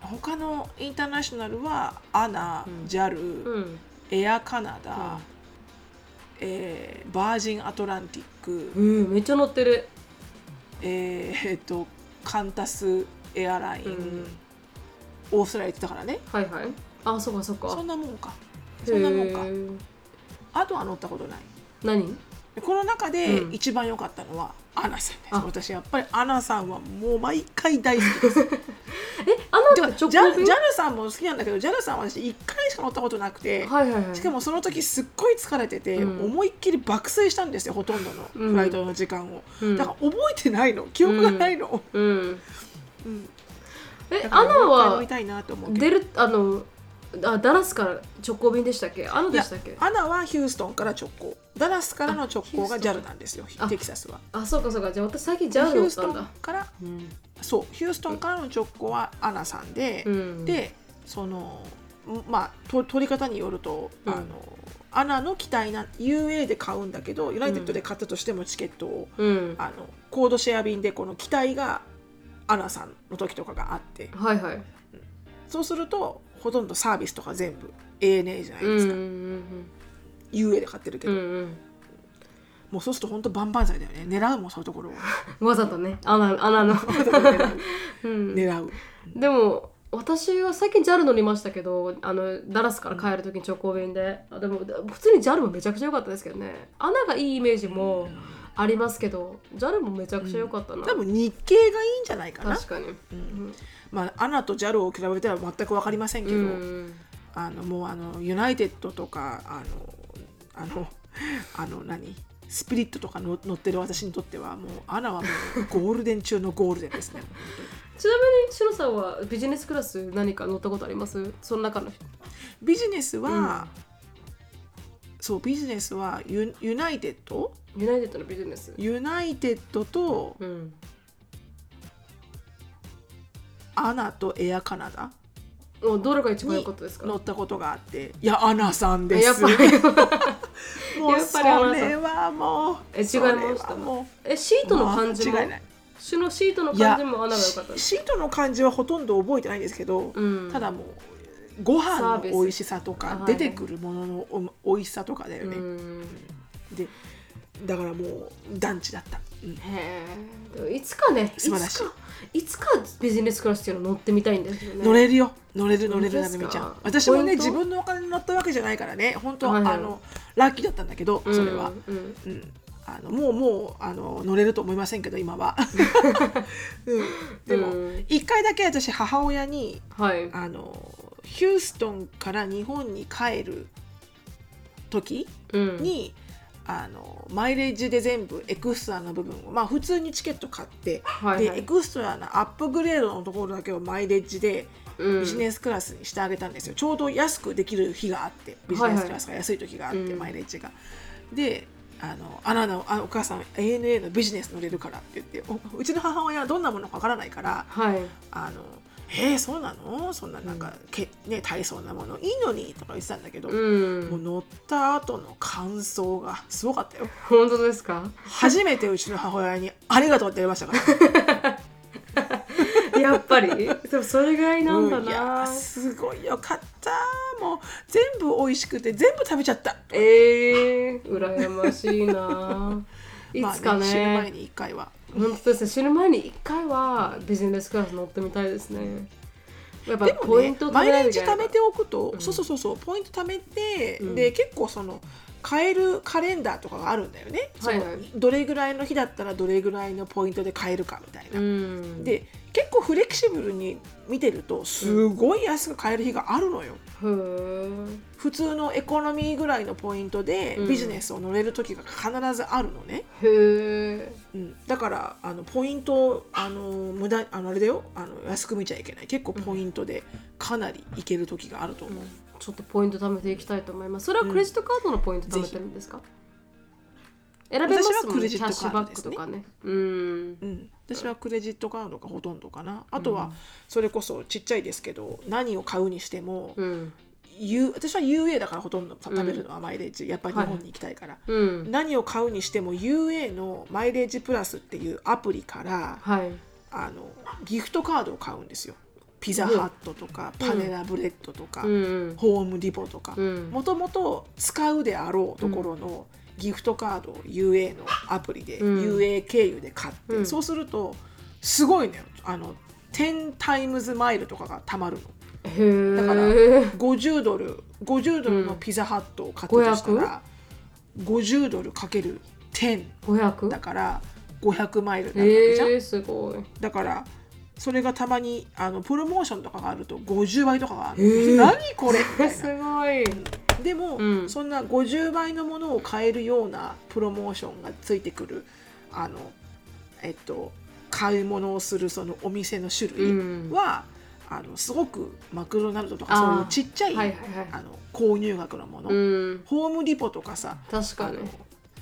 Speaker 2: 他のインターナショナルは ANA、
Speaker 1: うん
Speaker 2: JAL、
Speaker 1: うん
Speaker 2: エアカナダ、
Speaker 1: うん
Speaker 2: えーバージンアトランティック、
Speaker 1: うんめっちゃ乗ってる
Speaker 2: えーえっとカンタスエアライン、
Speaker 1: うん
Speaker 2: オーストラリア行ってたからね
Speaker 1: はいはいあそっかそっか
Speaker 2: そんなもんかそんなもんか
Speaker 1: へー
Speaker 2: あとは乗ったことない
Speaker 1: 何
Speaker 2: でこの中で
Speaker 1: うん
Speaker 2: 一番良かったのは、アナさんです
Speaker 1: あ
Speaker 2: 私やっぱりアナさんはもう毎回大好きです
Speaker 1: えあの
Speaker 2: てか
Speaker 1: 直行
Speaker 2: JAL, JAL
Speaker 1: 便
Speaker 2: さんも好きなんだけど JAL さんは私1回しか乗ったことなくて、
Speaker 1: はいはいはい
Speaker 2: しかもその時すっごい疲れてて、
Speaker 1: うん
Speaker 2: 思いっきり爆睡したんですよほとんどの
Speaker 1: うん
Speaker 2: フライトの時間を、
Speaker 1: うん
Speaker 2: だから覚えてないの記憶がないの、
Speaker 1: うん
Speaker 2: うん
Speaker 1: え
Speaker 2: だか
Speaker 1: ア
Speaker 2: ら
Speaker 1: ナ
Speaker 2: もう
Speaker 1: は
Speaker 2: 一回乗りたいなと思うけど
Speaker 1: 出るあのあダラスから直行便でしたっけアナでしたっけ
Speaker 2: アナはヒューストンから直行ダラスからの直行が
Speaker 1: あヒュースト
Speaker 2: JAL なんですよ
Speaker 1: あ
Speaker 2: テキサスは
Speaker 1: あそうかそうかじゃあ私最近
Speaker 2: でヒ
Speaker 1: JAL
Speaker 2: ュ
Speaker 1: 乗
Speaker 2: ー
Speaker 1: っ
Speaker 2: ス
Speaker 1: た
Speaker 2: ト
Speaker 1: ん
Speaker 2: ン
Speaker 1: だ
Speaker 2: から
Speaker 1: うん
Speaker 2: そうヒューストンからの直行はアナさんで、
Speaker 1: うん
Speaker 2: でそのまあと取り方によると、
Speaker 1: うん
Speaker 2: あのアナの機体な UA で買うんだけどユナイテッドで買ったとしてもチケットを、
Speaker 1: うん
Speaker 2: あのコードシェア便でこの機体がアナさんの時とかがあって
Speaker 1: はいはい
Speaker 2: そうするとほとんどサービスとか全部 ANA じゃない
Speaker 1: うん
Speaker 2: で
Speaker 1: う
Speaker 2: す
Speaker 1: ん
Speaker 2: か、UA で買ってるけ
Speaker 1: うんう
Speaker 2: ど、
Speaker 1: んうん
Speaker 2: もうそうすると本当万々歳だよね狙うもんそういうと ころを
Speaker 1: わざとねアナアナのう ん
Speaker 2: 狙う
Speaker 1: でも私は最近 JAL 乗りましたけどあのダラスから帰る時に直行便であでもだ普通に JAL もめちゃくちゃ良かったですけどね穴がいいイメージもありますけど JAL もめちゃくちゃ良かったな、
Speaker 2: 多分日系がいいんじゃないかな
Speaker 1: 確かに
Speaker 2: うんまあアナと JAL を比べたら全く分かりませんけど、
Speaker 1: うん
Speaker 2: あのもうあのユナイテッドとかあのあのあの何スピリットとかの乗ってる私にとってはもうアナはもうゴールデン中のゴールデンですね
Speaker 1: ちなみにシロさんはビジネスクラス何か乗ったことありますその中の人
Speaker 2: ビジネスは、そうビジネスはユユナイテッド
Speaker 1: ユナイテッドのビジネス
Speaker 2: ユナイテッドと
Speaker 1: うん
Speaker 2: アナとエアカナダ
Speaker 1: おどれが一番良かったですか
Speaker 2: 乗ったことがあっていやアナさん
Speaker 1: え
Speaker 2: です
Speaker 1: やっぱ り
Speaker 2: もう
Speaker 1: やっ
Speaker 2: そ
Speaker 1: ぱりアナさん
Speaker 2: れはもう
Speaker 1: え違いま
Speaker 2: それは
Speaker 1: した
Speaker 2: も
Speaker 1: えシー
Speaker 2: う
Speaker 1: トの感じも
Speaker 2: 間違いない
Speaker 1: シのシートの感じも穴が良かったで
Speaker 2: シ
Speaker 1: す
Speaker 2: シートの感じはほとんど覚えてないんですけど、
Speaker 1: うん
Speaker 2: ただもうご飯
Speaker 1: サー
Speaker 2: の
Speaker 1: ビ
Speaker 2: 美
Speaker 1: ス
Speaker 2: 味しさと
Speaker 1: あは
Speaker 2: か
Speaker 1: い
Speaker 2: 出てくるもののお美味しさとかだよ
Speaker 1: う
Speaker 2: ね、
Speaker 1: ん
Speaker 2: でだからもう団地だった、うん
Speaker 1: へえでもいつかねいつ
Speaker 2: 素晴
Speaker 1: から
Speaker 2: しい
Speaker 1: いつかビジネスクラスっていうの乗ってみたいんですよね
Speaker 2: 乗れるよ乗れる乗
Speaker 1: 本当
Speaker 2: れる
Speaker 1: で
Speaker 2: な
Speaker 1: すか
Speaker 2: なみちゃん私もね
Speaker 1: ポイント
Speaker 2: 自分のお金に乗ったわけじゃないからね本当、
Speaker 1: はいはい
Speaker 2: あのラッキーだったんだけどそれは、
Speaker 1: うんうん
Speaker 2: うんあのもうもうあの乗れると思いませんけど 今は、うん、でも
Speaker 1: うん
Speaker 2: 一、回だけ私母親に
Speaker 1: はい
Speaker 2: あのヒューストンから日本に帰る時
Speaker 1: うん
Speaker 2: に、あのマイレージで全部エクストラの部分をまあ普通にチケット買って、
Speaker 1: はいはい
Speaker 2: でエクストラのアップグレードのところだけをマイレージで
Speaker 1: うん
Speaker 2: ビジネスクラスにしてあげたんですよ、ちょうど安くできる日があってビジネスクラスが安い時があって、
Speaker 1: うん
Speaker 2: マイレージが。であのあなたのあお母さん ANA のビジネス乗れるからって言っておうちの母親はどんなものかわからないから、
Speaker 1: はい
Speaker 2: あの「えー、そうなのそんななんか、けね大層なものいいのに」とか言ってたんだけど、
Speaker 1: う
Speaker 2: もうん乗った後の感想がすごかったよ
Speaker 1: 本当ですか
Speaker 2: 初めてうちの母親に「ありがとう」って言われましたから
Speaker 1: やっぱりでもそれぐらい なんだ
Speaker 2: うんい
Speaker 1: な、
Speaker 2: やーすごいよかったもう全部美味しくて全部食べちゃった
Speaker 1: ええー、羨 ましいないつか
Speaker 2: まあ死ぬ
Speaker 1: ね,、
Speaker 2: 前に一回は
Speaker 1: 本当ですね死ぬ前に一回はビジネスクラス乗ってみたいですねやっぱ
Speaker 2: でも
Speaker 1: ポイ
Speaker 2: ね
Speaker 1: ント
Speaker 2: マイ
Speaker 1: え
Speaker 2: レ
Speaker 1: る
Speaker 2: ージ貯めておくと、
Speaker 1: うん
Speaker 2: そうそうそうそうポイント貯めて、
Speaker 1: うん
Speaker 2: で結構その買えるカレンダーとかがあるんだよね、
Speaker 1: はい
Speaker 2: そのどれぐらいの日だったらどれぐらいのポイントで買えるかみたいな、
Speaker 1: うん
Speaker 2: で結構フレキシブルに見てるとすごい安く買える日があるのよ。
Speaker 1: ふー
Speaker 2: 普通のエコノミーぐらいのポイントで
Speaker 1: うん
Speaker 2: ビジネスを乗れる時が必ずあるのね、
Speaker 1: へえ
Speaker 2: うん、だからあのポイントをあの無駄あのあれだよあの安く見ちゃいけない結構ポイントでかなりいける時があると思う、
Speaker 1: ちょっとポイント貯めていきたいと思いますそれはクレジットカードのポイント貯めてるんですか、選べますもん
Speaker 2: 私はク
Speaker 1: ね
Speaker 2: レ
Speaker 1: キ
Speaker 2: ジ
Speaker 1: ャッ
Speaker 2: ッ
Speaker 1: シ
Speaker 2: ト
Speaker 1: ュ
Speaker 2: カ
Speaker 1: バッ
Speaker 2: ードで
Speaker 1: ク
Speaker 2: す
Speaker 1: と
Speaker 2: ね
Speaker 1: かねうん
Speaker 2: うん、私はクレジットカードがほとんどかなあとはそれこそちっちゃいですけど何を買うにしても
Speaker 1: うん
Speaker 2: ゆ私は UA だからほとんど食べるのはマイレージ、やっぱり日本に行きたいから、
Speaker 1: うん
Speaker 2: 何を買うにしても UA のマイレージプラスっていうアプリから
Speaker 1: はい
Speaker 2: あのギフトカードを買うんですよピザハットとか、
Speaker 1: うん
Speaker 2: パネラブレッドとか、
Speaker 1: うん
Speaker 2: ホームリボとか
Speaker 1: うん
Speaker 2: もともと使うであろうところのギフトカードを UA のアプリで、
Speaker 1: うん
Speaker 2: UA 経由で買って、
Speaker 1: うん
Speaker 2: そうするとすごいねあの10タイムズマイルとかがたまるの
Speaker 1: へえ
Speaker 2: だから50ドル50ドルのピザハットを買ったとしたら、50ドルかける10
Speaker 1: 500?
Speaker 2: だから500マイルになるわけじゃん、
Speaker 1: へえすごい
Speaker 2: だからそれがたまにあのプロモーションとかがあると50倍とかがある、
Speaker 1: へー
Speaker 2: 何これみたいな
Speaker 1: すごい
Speaker 2: でも、
Speaker 1: うん
Speaker 2: そんな50倍のものを買えるようなプロモーションがついてくるあのえっと買い物をするそのお店の種
Speaker 1: う
Speaker 2: 類
Speaker 1: ん
Speaker 2: は、あのすごくマクドナルドとか
Speaker 1: あ
Speaker 2: そ
Speaker 1: ー
Speaker 2: ういうちっちゃい、
Speaker 1: はいはいはい
Speaker 2: あの購入額のもの、
Speaker 1: うん
Speaker 2: ホームリポとかさ
Speaker 1: 確か
Speaker 2: あ
Speaker 1: に
Speaker 2: の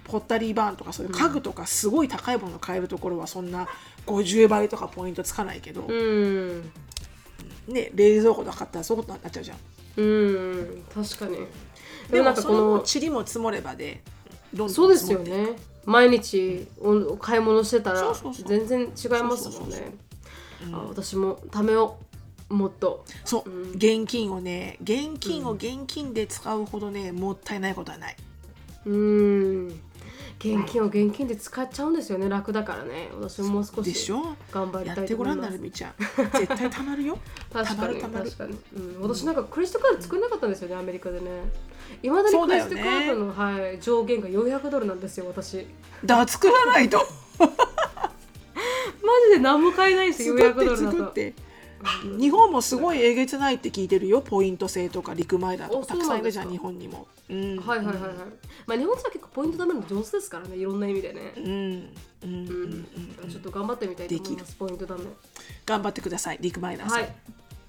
Speaker 2: ポッタリーバーンとかそういう家具とかすごい高いものを買えるところはそんな50倍とかポイントつかないけど、
Speaker 1: うん
Speaker 2: ね、冷蔵庫とか買ったらそういうことになっちゃうじゃん。
Speaker 1: うん確かにで
Speaker 2: で
Speaker 1: もなん
Speaker 2: も
Speaker 1: か
Speaker 2: そ
Speaker 1: こ
Speaker 2: の
Speaker 1: の
Speaker 2: 塵も積もればでどんどん
Speaker 1: そうですよ
Speaker 2: 積もって
Speaker 1: ね毎日お買い物してた
Speaker 2: そ
Speaker 1: ら
Speaker 2: うそうそう
Speaker 1: 全然違いますもん
Speaker 2: そうそうそう
Speaker 1: ねあ私もためをもっと
Speaker 2: そう、
Speaker 1: うん
Speaker 2: 現金をね現金を現金で使うほどねもったいないことはない
Speaker 1: うん現金を現金で使っちゃうんですよね楽だからね私ももう少
Speaker 2: でし
Speaker 1: し
Speaker 2: ょ
Speaker 1: 頑張り
Speaker 2: や
Speaker 1: た
Speaker 2: っ
Speaker 1: い
Speaker 2: て
Speaker 1: と思
Speaker 2: ごら
Speaker 1: い
Speaker 2: ん
Speaker 1: ま
Speaker 2: な
Speaker 1: す
Speaker 2: るみ ちゃん絶対貯まるよ
Speaker 1: 確かに
Speaker 2: たまる
Speaker 1: 確かに、うん、私なんかクレジットカード作れなかったんですよねアメリカでねいまだに
Speaker 2: そう
Speaker 1: ク
Speaker 2: だ
Speaker 1: レ
Speaker 2: よ
Speaker 1: ジッ
Speaker 2: ね
Speaker 1: トカードの、はい、上限が400ドルなんですよ私
Speaker 2: だ作らな いと
Speaker 1: マジで何も買えないんですよ
Speaker 2: 作
Speaker 1: 400ド
Speaker 2: って
Speaker 1: ルだ
Speaker 2: 作っ
Speaker 1: と
Speaker 2: て日本もすごいえげつないって聞いてるよポイント制とか陸前だと
Speaker 1: お
Speaker 2: かたくさんいるじゃん
Speaker 1: そうなんですか
Speaker 2: 日本にも、うん、
Speaker 1: はいはいはいはい、まあ、日本人は結構ポイント貯めるの上手ですからねいろんな意味でね
Speaker 2: うんうんうんう
Speaker 1: うん、
Speaker 2: んうん
Speaker 1: ちょっと頑張ってみたいと思いますポイント貯め
Speaker 2: 頑張ってくださいリクマイラーさん、
Speaker 1: はい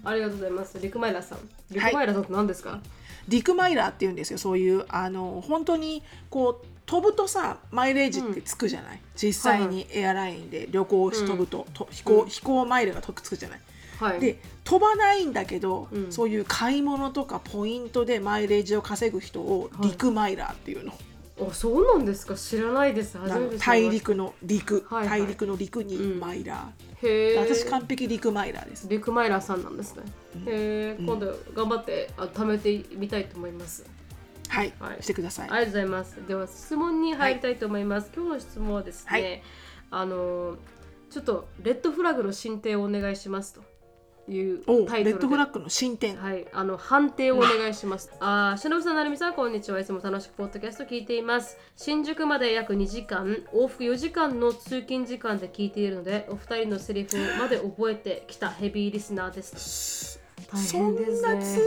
Speaker 1: ありがとうございますリクマイラさんリクマイラさんって何ですか、
Speaker 2: リクマイラーっていうんですよそういうあの本当にこう飛ぶとさマイレージってつくじゃない、実際にエアラインで旅行し飛ぶと,と、飛行飛行マイルがとくつくじゃない、
Speaker 1: はい、
Speaker 2: で飛ばないんだけど、
Speaker 1: うん
Speaker 2: そういう買い物とかポイントでマイレージを稼ぐ人を
Speaker 1: はい
Speaker 2: リクマイラーっていうの,、
Speaker 1: あそうなんですか知らないです初
Speaker 2: あ
Speaker 1: め
Speaker 2: の
Speaker 1: て知りました
Speaker 2: 大陸の陸、
Speaker 1: はいはい
Speaker 2: 大陸の陸に
Speaker 1: うん
Speaker 2: マイラー、
Speaker 1: へー
Speaker 2: 私完璧リクマイラーです
Speaker 1: リクマイラーさんなんですね。
Speaker 2: うん
Speaker 1: へえ、
Speaker 2: うん
Speaker 1: 今度頑張ってあ貯めてみたいと思います。
Speaker 2: はい、
Speaker 1: はい
Speaker 2: してください
Speaker 1: ありがとうございます。では質問に入りたいと思います。今日の質問はですね、
Speaker 2: はい
Speaker 1: あのーちょっとレッドフラグの進展をお願いしますという
Speaker 2: お
Speaker 1: タイトル
Speaker 2: レ
Speaker 1: で。
Speaker 2: ッドフラッグの進展
Speaker 1: はい、あの判定をお願いします。ああ、しのぶさん、なるみさん、こんにちは。いつも楽しくポッドキャスト聞いています。新宿まで約2時間、往復4時間の通勤時間で聞いているので、お二人のセリフまで覚えてきたヘビーリスナーです。大
Speaker 2: そん
Speaker 1: 変
Speaker 2: な通
Speaker 1: です
Speaker 2: 勤長い
Speaker 1: ね。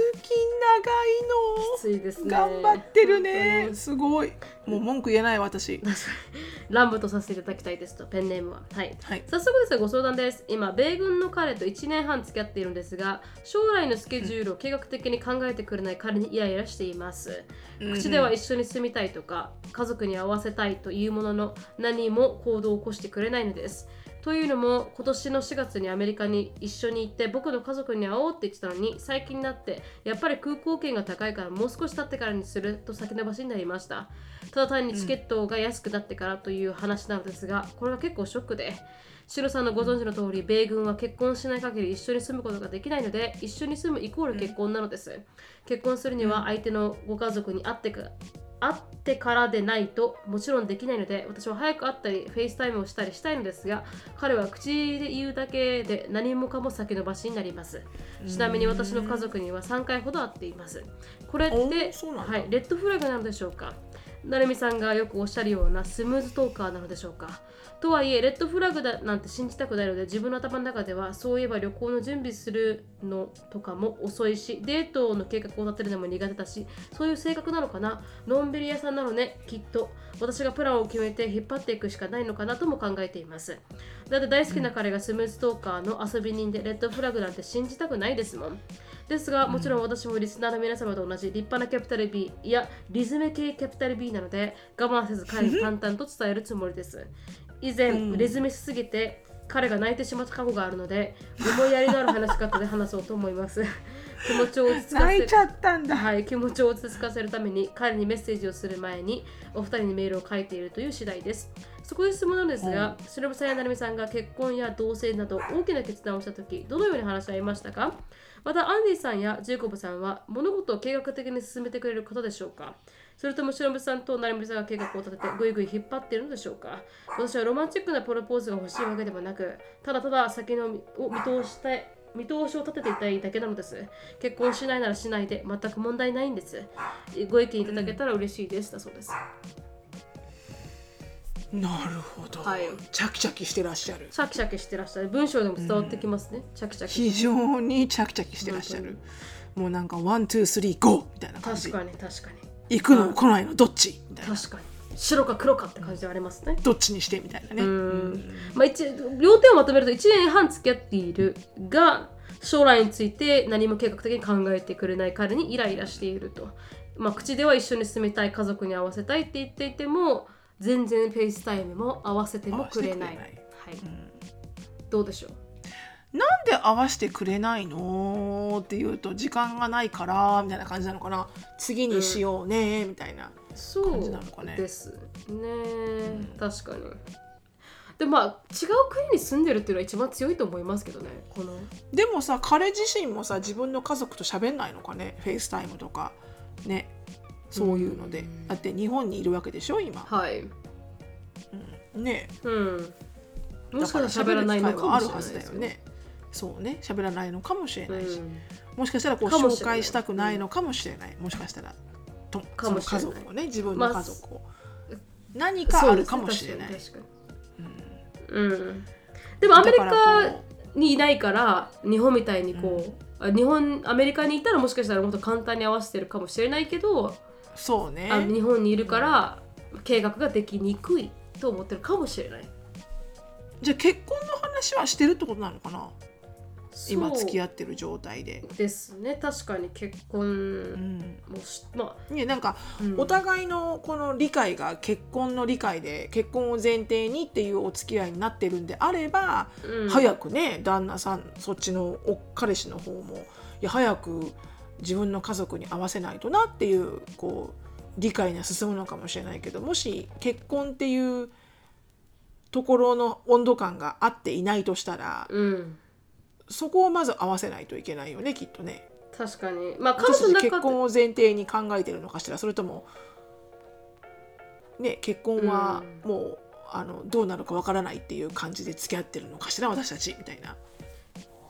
Speaker 1: き
Speaker 2: の
Speaker 1: ついですね。
Speaker 2: 頑張ってるね。すごい。もう文句言えない私。
Speaker 1: ランブとさせていただきたいですと、ペンネームは。はい。
Speaker 2: はい。
Speaker 1: 早速ですがご相談です今米軍の彼と1年半付き合っているんですが将来のスケジュールを計画的に考えてくれない彼にイライラしています口では一緒に住みたいとか家族に会わせたいというものの何も行動を起こしてくれないのですというのも今年の4月にアメリカに一緒に行って僕の家族に会おうって言ってたのに最近になってやっぱり空港券が高いからもう少し経ってからにすると先延ばしになりましたただ単にチケットが安くなってからという話なのですがこれは結構ショックでシロさんのご存知の通り米軍は結婚しない限り一緒に住むことができないので一緒に住むイコール結婚なのです、結婚するには相手のご家族に会ってか会ってからでないともちろんできないので私は早く会ったりフェイスタイムをしたりしたいのですが彼は口で言うだけで何もかも先延ばしになりますちなみに私の家族には3回ほど会っていますこれっ
Speaker 2: お
Speaker 1: て
Speaker 2: ーそうなんだ
Speaker 1: はい、レッドフラグなのでしょうかなるみさんがよくおっしゃるようなスムーズトーカーなのでしょうかとはいえレッドフラグだなんて信じたくないので自分の頭の中ではそういえば旅行の準備するのとかも遅いしデートの計画を立てるのも苦手だしそういう性格なのかなのんびり屋さんなのねきっと私がプランを決めて引っ張っていくしかないのかなとも考えていますだって大好きな彼がスムーズトーカーの遊び人でレッドフラグなんて信じたくないですもんですがもちろん私もリスナーの皆様と同じ立派なキャピタル B いやリズム系キャピタル B なので我慢せず彼 に淡々と伝えるつもりです以前、
Speaker 2: うん
Speaker 1: レズメしすぎて彼が泣いてしまった過去があるので思いやりのある話し方で話そうと思います 気持ちを落ち着か
Speaker 2: 泣
Speaker 1: せ
Speaker 2: いちゃったんだ。
Speaker 1: はい、気持ちを落ち着かせるために彼にメッセージをする前にお二人にメールを書いているという次第ですそこで質問なんですが、しのぶさんやなるみさんが結婚や同棲など大きな決断をした時どのように話し合いましたかまたアンディさんやジェイコブさんは物事を計画的に進めてくれる方でしょうかそれともしのぶさんとなるみさんが計画を立ててぐいぐい引っ張っているのでしょうか私はロマンチックなプロポーズが欲しいわけでもなくただただ先の見を見通したい見通しを立てていたいだけなのです結婚しないならしないで全く問題ないんですご意見いただけたら嬉しいですだそうです
Speaker 2: なるほど、
Speaker 1: はい
Speaker 2: チャキチャキしてらっしゃる。
Speaker 1: シャキシャキしてらっしゃる文章でも伝わってきますね、シャキシャキ
Speaker 2: 非常にチャキチャキしてらっしゃる。もうなんかワンツースリーゴーみたいな感
Speaker 1: 確
Speaker 2: じ。
Speaker 1: かに確かに
Speaker 2: 行くの来ないのどっちみたいな。
Speaker 1: 確かに白か黒かって感じではありますね、
Speaker 2: どっちにしてみたいなね。
Speaker 1: うんまあ、一要点をまとめると1年半付き合っているが将来について何も計画的に考えてくれない彼にイライラしていると、まあ、口では一緒に住みたい家族に合わせたいって言っていても全然フェイスタイムも合わせてもくれない
Speaker 2: 合わせてく
Speaker 1: はいどうでしょう
Speaker 2: なんで合わせてくれないのって言うと時間がないからみたいな感じなのかな次にしようねみたいな、
Speaker 1: そ
Speaker 2: 感じなのか
Speaker 1: う
Speaker 2: ね
Speaker 1: ですね、確かにでまあ違う国に住んでるっていうのは一番強いと思いますけどねこの
Speaker 2: でもさ彼自身もさ自分の家族と喋んないのかねフェイスタイムとかねそういうので、だって日本にいるわけでしょ今
Speaker 1: はい
Speaker 2: ね
Speaker 1: うんも
Speaker 2: だ
Speaker 1: しか
Speaker 2: から
Speaker 1: したら喋らないのかも
Speaker 2: あ
Speaker 1: し
Speaker 2: る
Speaker 1: れな
Speaker 2: はいず
Speaker 1: で
Speaker 2: だ
Speaker 1: す
Speaker 2: よ
Speaker 1: よね
Speaker 2: ねそうね喋らないのかもしれ
Speaker 1: う
Speaker 2: ないし、
Speaker 1: ん
Speaker 2: もしかしたらこう
Speaker 1: かもしれ
Speaker 2: 紹
Speaker 1: ない
Speaker 2: 介したくないのかもしれないもしかしたらと
Speaker 1: かもしれない
Speaker 2: その家族をね自分の
Speaker 1: まあ
Speaker 2: 家族を、何かあるかもしれない、
Speaker 1: そうですね確かに確かにうんでもアメリ
Speaker 2: だから
Speaker 1: カ
Speaker 2: こう
Speaker 1: にいないから日本みたいにこう、あ日本アメリカにいたらもしかしたらもっと簡単に合わせてるかもしれないけど
Speaker 2: そうね
Speaker 1: あ日本にいるから計画ができにくいと思ってるかもしれない
Speaker 2: じゃあ結婚の話はしてるってことなのかな今付き合
Speaker 1: っ
Speaker 2: ってる状態で、
Speaker 1: てですね確かに結
Speaker 2: う
Speaker 1: 婚
Speaker 2: ん、
Speaker 1: もし、まあ、
Speaker 2: ねなんか
Speaker 1: うん
Speaker 2: お互いのこの理解が結婚の理解で結婚を前提にっていうお付き合いになってるんであれば、
Speaker 1: うん
Speaker 2: 早くね旦那さんそっちのお彼氏の方もいや早く自分の家族に合わせないとなっていうこう理解には進むのかもしれないけどもし結婚っていうところの温度感が合っていないとしたら、
Speaker 1: うん
Speaker 2: そこをまず合わせないといけないよねきっとね。
Speaker 1: 確かにまあ彼
Speaker 2: 私
Speaker 1: 女の
Speaker 2: たち結
Speaker 1: 中で
Speaker 2: 婚を前提に考えてるのかしらそれとも、ね、結婚はもう、あのどうなるかわからないっていう感じで付き合ってるのかしら私たちみたいな。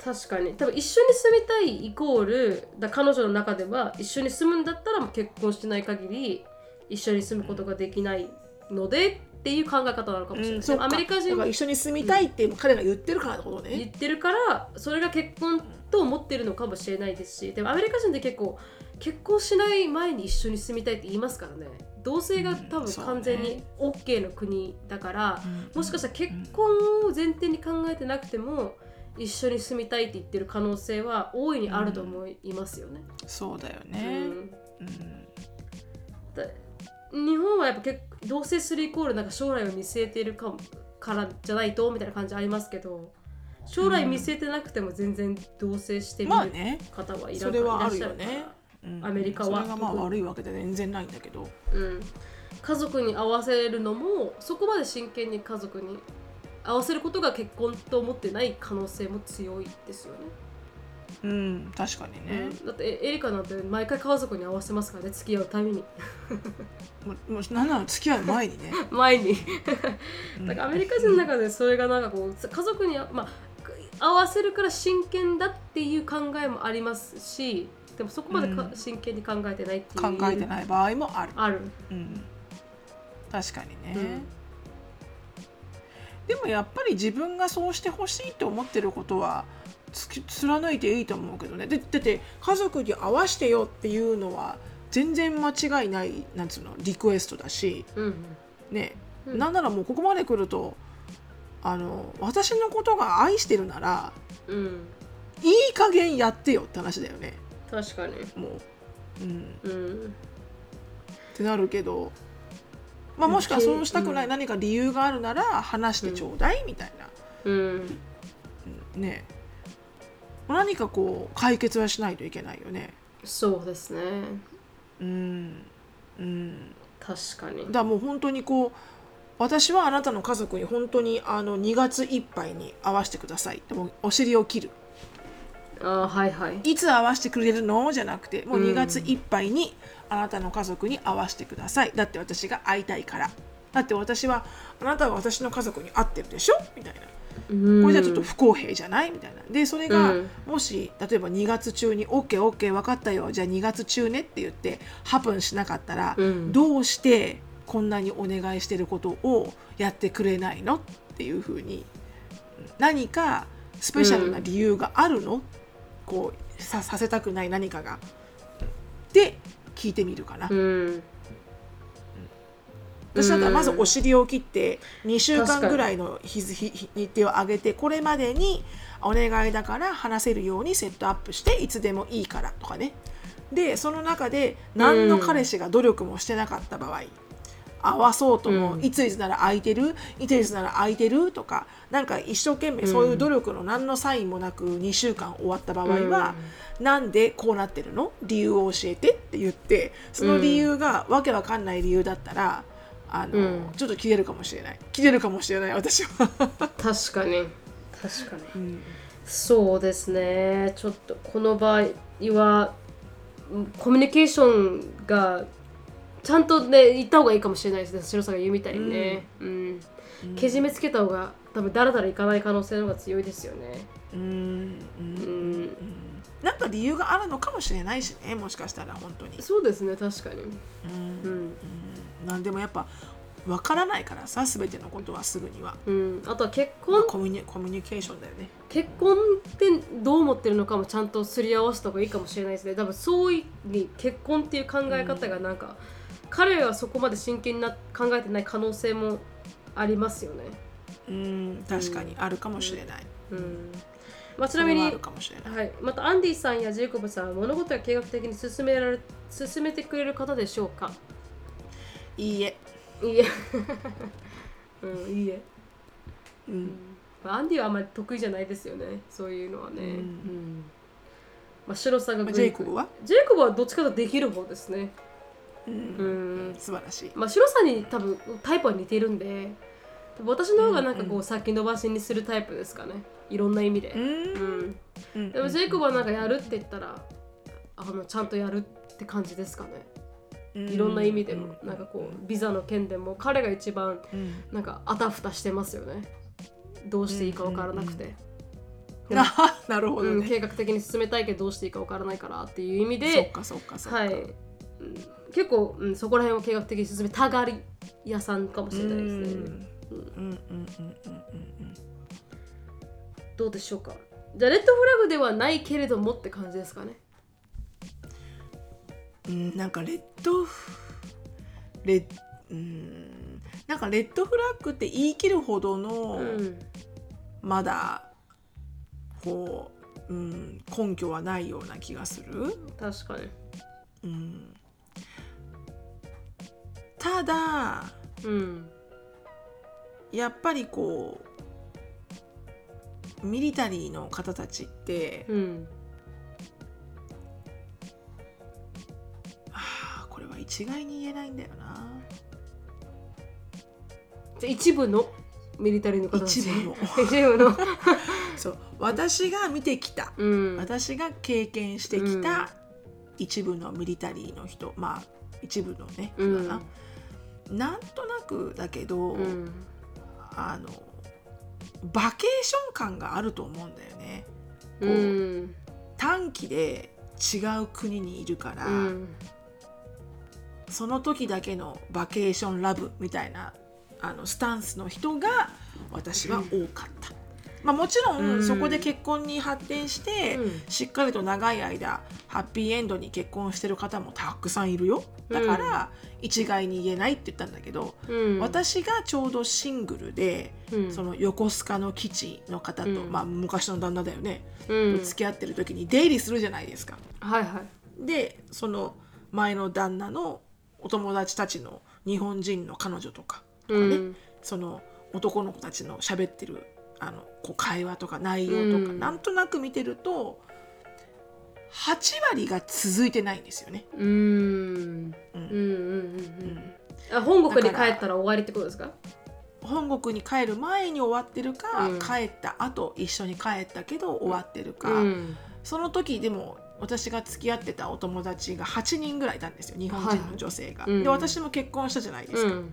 Speaker 1: 確かに多分一緒に住みたいイコールだ彼女の中では一緒に住むんだったらもう結婚してない限り一緒に住むことができないのでっていう考え方なのかもしれない、
Speaker 2: そ
Speaker 1: で
Speaker 2: う
Speaker 1: も
Speaker 2: か
Speaker 1: アメリカ人
Speaker 2: だから
Speaker 1: が
Speaker 2: 一緒に住みたいって彼が言ってるからってこと
Speaker 1: 言
Speaker 2: ね。
Speaker 1: ってるからそれが結婚と思ってるのかもしれないですしでもアメリカ人って結構結婚しない前に一緒に住みたいって言いますからね同性が多
Speaker 2: うん
Speaker 1: 分
Speaker 2: そうね
Speaker 1: 完全に OK の国だから、もしかしたら結
Speaker 2: うん
Speaker 1: 婚を前提に考えてなくても一緒に住みたいって言ってる可能性は大いにあると思いますよね。
Speaker 2: そうだよ
Speaker 1: う
Speaker 2: ね、
Speaker 1: ん
Speaker 2: うん
Speaker 1: だ日本はやっぱ結構同性するイコールなんか将来を見据えているかもからじゃないとみたいな感じありますけど将来見据えてなくても全然同性してみ
Speaker 2: まあ
Speaker 1: る
Speaker 2: ね、
Speaker 1: 方はいら,、
Speaker 2: それはあるよ
Speaker 1: いらっしゃるから
Speaker 2: ね。うん
Speaker 1: アメリカは
Speaker 2: それがまあ悪いわけで全然ないんだけど。
Speaker 1: うん、家族に合わせるのもそこまで真剣に家族に合わせることが結婚と思ってない可能性も強いですよね。
Speaker 2: うん、確かにね。
Speaker 1: うんだってエリカなんて毎回家族に合わせますからね付き合うために
Speaker 2: もうもうなんなら付き合う 前にね。
Speaker 1: 前に
Speaker 2: う ん
Speaker 1: だからアメリカ人の中でそれがなんかこう家族に、まあ、合わせるから真剣だっていう考えもありますしでもそこまでか、
Speaker 2: うん
Speaker 1: 真剣に考えてないって
Speaker 2: 考
Speaker 1: いう
Speaker 2: えてない場合もある、
Speaker 1: ある、
Speaker 2: うん、確かにね、
Speaker 1: うん
Speaker 2: でもやっぱり自分がそうしてほしいと思ってることはつき貫いていいと思うけどねでだって家族に合わせてよっていうのは全然間違いないなんつうのリクエストだし
Speaker 1: うん
Speaker 2: ね、
Speaker 1: うん
Speaker 2: なんならもうここまで来るとあの私のことが愛してるなら
Speaker 1: うん、
Speaker 2: いい加減やってよって話だよね
Speaker 1: 確かに、
Speaker 2: もう。うん
Speaker 1: うん、
Speaker 2: ってなるけど、まあ、もしくはそうしたくない何か理由があるなら話してちょうだいみたいな、
Speaker 1: うん、
Speaker 2: ね何かこう解決はしないといけないよね
Speaker 1: そうですね
Speaker 2: うんうん
Speaker 1: 確かに
Speaker 2: だからもう本当にこう私はあなたの家族に本当にあの2月いっぱいに会わせてくださいでもお尻を切る
Speaker 1: あーはいはい
Speaker 2: いつ会わせてくれるのじゃなくてもう
Speaker 1: うん
Speaker 2: 2月いっぱいにあなたの家族に会わせてくださいだって私が会いたいからだって私はあなたは私の家族に会ってるでしょみたいな
Speaker 1: うん
Speaker 2: これじゃちょっと不公平じゃないみたいなでそれが
Speaker 1: うん
Speaker 2: もし例えば2月中に OKOK 分かったよじゃあ2月中ねって言ってハプンしなかったら、
Speaker 1: うん
Speaker 2: どうしてこんなにお願いしてることをやってくれないのっていうふうに何かスペシャルな理由があるの、こうささせたくない何かが。で聞いてみるかな、
Speaker 1: うん
Speaker 2: 私だったらまず
Speaker 1: うん
Speaker 2: お尻を切って2週
Speaker 1: 確か
Speaker 2: 間
Speaker 1: に
Speaker 2: ぐらいの日日日日程を上げてこれまでにお願いだから話せるようにセットアップしていつでもいいからとかねでその中で何の彼氏が努力もしてなかった場合、合わそうとも、
Speaker 1: うん
Speaker 2: いついつなら空いてるいついつなら空いてるとかなんか一生懸命そういう努力の何のサインもなく2週間終わった場合は、なんでこうなってるの理由を教えてって言ってその理由がわけわかんない理由だったらあの、
Speaker 1: うん
Speaker 2: ちょっと切れるかもしれない切れるかもしれない私は、
Speaker 1: 確かに確かに
Speaker 2: うん
Speaker 1: そうですねちょっとこの場合はうんコミュニケーションがちゃんとね言った方がいいかもしれないですね白さんが言うみたいにね、うんけじめつけた方が多分だらだらいかない可能性の方が強いですよね
Speaker 2: うんうん
Speaker 1: う
Speaker 2: うん
Speaker 1: ん
Speaker 2: なんか理由があるのかもしれないしねもしかしたら本当に、
Speaker 1: そうですね確かに
Speaker 2: うん
Speaker 1: う
Speaker 2: うん
Speaker 1: ん、
Speaker 2: なんでもやっぱわからないからさ全てのことはすぐには、
Speaker 1: うん、あとは結
Speaker 2: まあ
Speaker 1: 婚
Speaker 2: コミュニコミュニケーションだよね
Speaker 1: 結婚ってどう思ってるのかもちゃんとすり合わせた方がいいかもしれないですね多分そういに結婚っていう考え方がなんか、彼はそこまで真剣にな考えてない可能性もありますよね、
Speaker 2: うん確かにあるかもしれない、
Speaker 1: うんまあ、ち
Speaker 2: そ
Speaker 1: なみ
Speaker 2: れはあ
Speaker 1: に
Speaker 2: るかもしれない、
Speaker 1: はい、またアンディさんやジェイコブさんは物事が計画的に進められ進めてくれる方でしょうか
Speaker 2: いいえ、
Speaker 1: いいえ、 うん、いいえ、
Speaker 2: う
Speaker 1: うんんまあ、アンディはあんまり得意じゃないですよねそういうのはね、
Speaker 2: うん
Speaker 1: うんまあ、シロさんが
Speaker 2: まあ、
Speaker 1: グ
Speaker 2: ジェイ
Speaker 1: イ
Speaker 2: コ
Speaker 1: グイ
Speaker 2: ブは、
Speaker 1: ジェイコブはどっちかというとできる方ですね。
Speaker 2: う
Speaker 1: うんん。
Speaker 2: 素晴らしい
Speaker 1: まあ、白さんに多分タイプは似てるんで、多分私の方がなんか
Speaker 2: うん
Speaker 1: こ
Speaker 2: う
Speaker 1: う先延ばしにするタイプですかね。いろんな意味で。うん。
Speaker 2: うん
Speaker 1: でもジェイコブはなんかやるって言ったら、あのちゃんとやるって感じですかね。いろんな意味でも、なんかこうビザの件でも彼が一番
Speaker 2: う、うん
Speaker 1: なんかあたふたしてますよね。どうしていいかわからなくて。でも
Speaker 2: あ なるほど
Speaker 1: うん、
Speaker 2: ね、
Speaker 1: 計画的に進めたいけどどうしていいかわからないからっていう意味で
Speaker 2: そっかそっかそっか、
Speaker 1: はい、うん結構、うん、そこら辺を計画的に進めたがり屋さんかも
Speaker 2: う
Speaker 1: し
Speaker 2: ん
Speaker 1: れ
Speaker 2: う
Speaker 1: なんいうです
Speaker 2: ん
Speaker 1: ね、
Speaker 2: うんうんうん
Speaker 1: どうでしょうかじゃあレッドフラグではないけれどもって感じですかね
Speaker 2: うんうんなんかレッドフレッうんなんかレッドフラッグって言い切るほど
Speaker 1: う
Speaker 2: の、
Speaker 1: ん
Speaker 2: まだこう、うん、根拠はないような気がする、
Speaker 1: 確かに
Speaker 2: うん、ただ
Speaker 1: うん
Speaker 2: やっぱりこうミリタリーの方たちって、
Speaker 1: うん
Speaker 2: はあこれは一概に言えないんだよな
Speaker 1: じゃあ一部のミリタリーの方たち
Speaker 2: 一部の
Speaker 1: 一部の
Speaker 2: そう私が見てきた、
Speaker 1: うん
Speaker 2: 私が経験してきた一部のミリタリーの人まあ一部のね、
Speaker 1: うん
Speaker 2: そうだななんとなくだけど、
Speaker 1: うん
Speaker 2: あのバケーション感があると思うんだよね
Speaker 1: うん
Speaker 2: 短期で違う国にいるから、
Speaker 1: うん
Speaker 2: その時だけのバケーションラブみたいなあのスタンスの人が私は多かった、まあ、もちろ
Speaker 1: うん
Speaker 2: んそこで結婚に発展して、
Speaker 1: うん
Speaker 2: しっかりと長い間ハッピーエンドに結婚してる方もたくさんいるよだから一概に言えないって言ったんだけど、
Speaker 1: うん
Speaker 2: 私がちょうどシングルで、
Speaker 1: うん
Speaker 2: その横須賀の基地の方と、
Speaker 1: うん
Speaker 2: まあ、昔の旦那だよね、
Speaker 1: うん
Speaker 2: 付き合ってる時に出入りするじゃないですか。
Speaker 1: はいはい
Speaker 2: でその前の旦那のお友達たちの日本人の彼女とか
Speaker 1: うん
Speaker 2: その男の子たちの喋ってるあのこう会話とか内容とか、
Speaker 1: うん
Speaker 2: なんとなく見てると8割が続いてないんですよね。
Speaker 1: うーん
Speaker 2: うん
Speaker 1: うんうんうん
Speaker 2: う
Speaker 1: うん
Speaker 2: ん
Speaker 1: あ本国に帰ったら終わりってことですか
Speaker 2: 本国に帰る前に終わってるか、
Speaker 1: うん
Speaker 2: 帰った後一緒に帰ったけど終わってるか、
Speaker 1: うん
Speaker 2: その時でも私が付き合ってたお友達が8人ぐらいいたんですよ日本人の女性が。
Speaker 1: はいはいうん
Speaker 2: で私も結婚したじゃないです
Speaker 1: う
Speaker 2: か。
Speaker 1: ん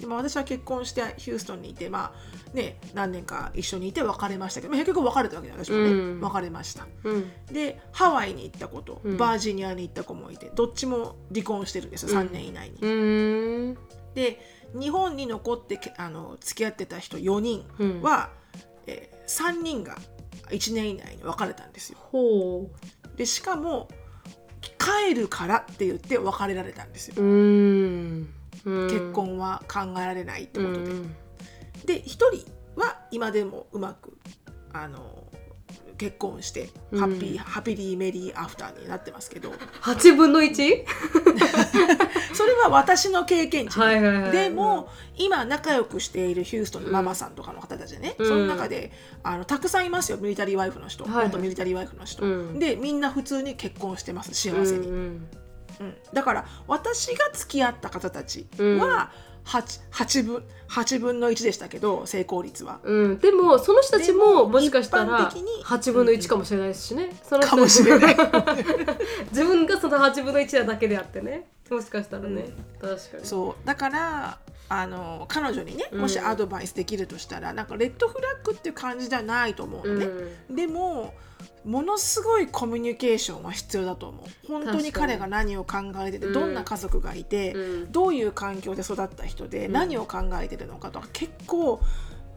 Speaker 2: でまあ私は結婚してヒューストンにいて、まあね、何年か一緒にいて別れましたけど、まあ、結局別れたわけで私もね、
Speaker 1: うん
Speaker 2: 別れました
Speaker 1: うん
Speaker 2: でハワイに行った子と
Speaker 1: うん
Speaker 2: バージニアに行った子もいて、どっちも離婚してるんですよ
Speaker 1: うん
Speaker 2: 3年以内に、
Speaker 1: うーん
Speaker 2: で日本に残ってけあの付き合ってた人4人
Speaker 1: うん
Speaker 2: は、えー3人が1年以内に別れたんですよ
Speaker 1: ほ
Speaker 2: でしかも帰るからって言って別れられたんですよ
Speaker 1: ううーんうん
Speaker 2: 結婚は考えられないって
Speaker 1: う
Speaker 2: こと
Speaker 1: ん
Speaker 2: で、
Speaker 1: うん
Speaker 2: で一人は今でもうまくあの結婚して
Speaker 1: うん
Speaker 2: ハッピー、ハッピリーメリーアフターになってますけど
Speaker 1: 8分の 1?
Speaker 2: それは私の経験値、
Speaker 1: はいはいはい
Speaker 2: でも、今仲良くしているヒューストンのママさんとかの方たちね、
Speaker 1: うん
Speaker 2: その中であのたくさんいますよミリタリーワイフの人、
Speaker 1: はいはい
Speaker 2: 元ミリタリーワイフの人、
Speaker 1: うん
Speaker 2: でみんな普通に結婚してます幸せに、
Speaker 1: うんうん
Speaker 2: うんだから私が付き合った方たちは 8, 8, 分8分の1でしたけど成功率は。
Speaker 1: うん、でもその人たち
Speaker 2: でも
Speaker 1: ももしかした
Speaker 2: 一般
Speaker 1: ら
Speaker 2: 的に
Speaker 1: 8分の1かもしれないですしね、その人
Speaker 2: かもしれない
Speaker 1: 自分がその8分の1なだけであってねもしかしたらね、確かに
Speaker 2: そうだからあの彼女にねもし
Speaker 1: うん
Speaker 2: アドバイスできるとしたら、なんかレッドフラッグっていう感じではないと思うのね、でもものすごいコミュニケーションは必要だと思う本当に
Speaker 1: 確かに
Speaker 2: 彼が何を考えてて、
Speaker 1: うん
Speaker 2: どんな家族がいて、
Speaker 1: うん
Speaker 2: どういう環境で育った人で、
Speaker 1: うん
Speaker 2: 何を考えてるのかとか結構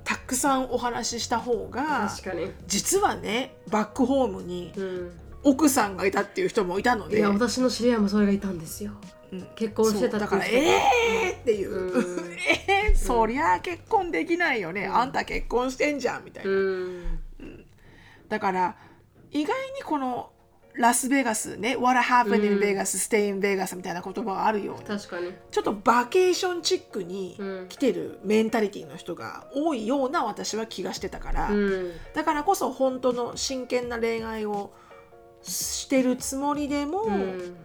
Speaker 2: たくさんお話しした方が
Speaker 1: 確かに、
Speaker 2: 実はねバックホームに
Speaker 1: うん、
Speaker 2: 奥さんがいたっていう人もいたの
Speaker 1: い
Speaker 2: で。
Speaker 1: や私の知り合いもそれがいたんですよ
Speaker 2: うん
Speaker 1: 結婚してた
Speaker 2: そうだ
Speaker 1: っ
Speaker 2: か
Speaker 1: て
Speaker 2: ら「
Speaker 1: いう人
Speaker 2: えー!」っていう「
Speaker 1: うん
Speaker 2: えー、そりゃあ結婚できないよね、あんた結婚してんじゃん」みたいな、
Speaker 1: うん
Speaker 2: だから意外にこのラスベガスね「What happened
Speaker 1: う
Speaker 2: in
Speaker 1: ん
Speaker 2: Vegas、stay in Vegas」みたいな言葉があるように
Speaker 1: 確かに
Speaker 2: ちょっとバケーションチックに
Speaker 1: うん
Speaker 2: 来てるメンタリティの人が多いような私は気がしてたから、
Speaker 1: うん
Speaker 2: だからこそ本当の真剣な恋愛をしてるつもりでも、
Speaker 1: うん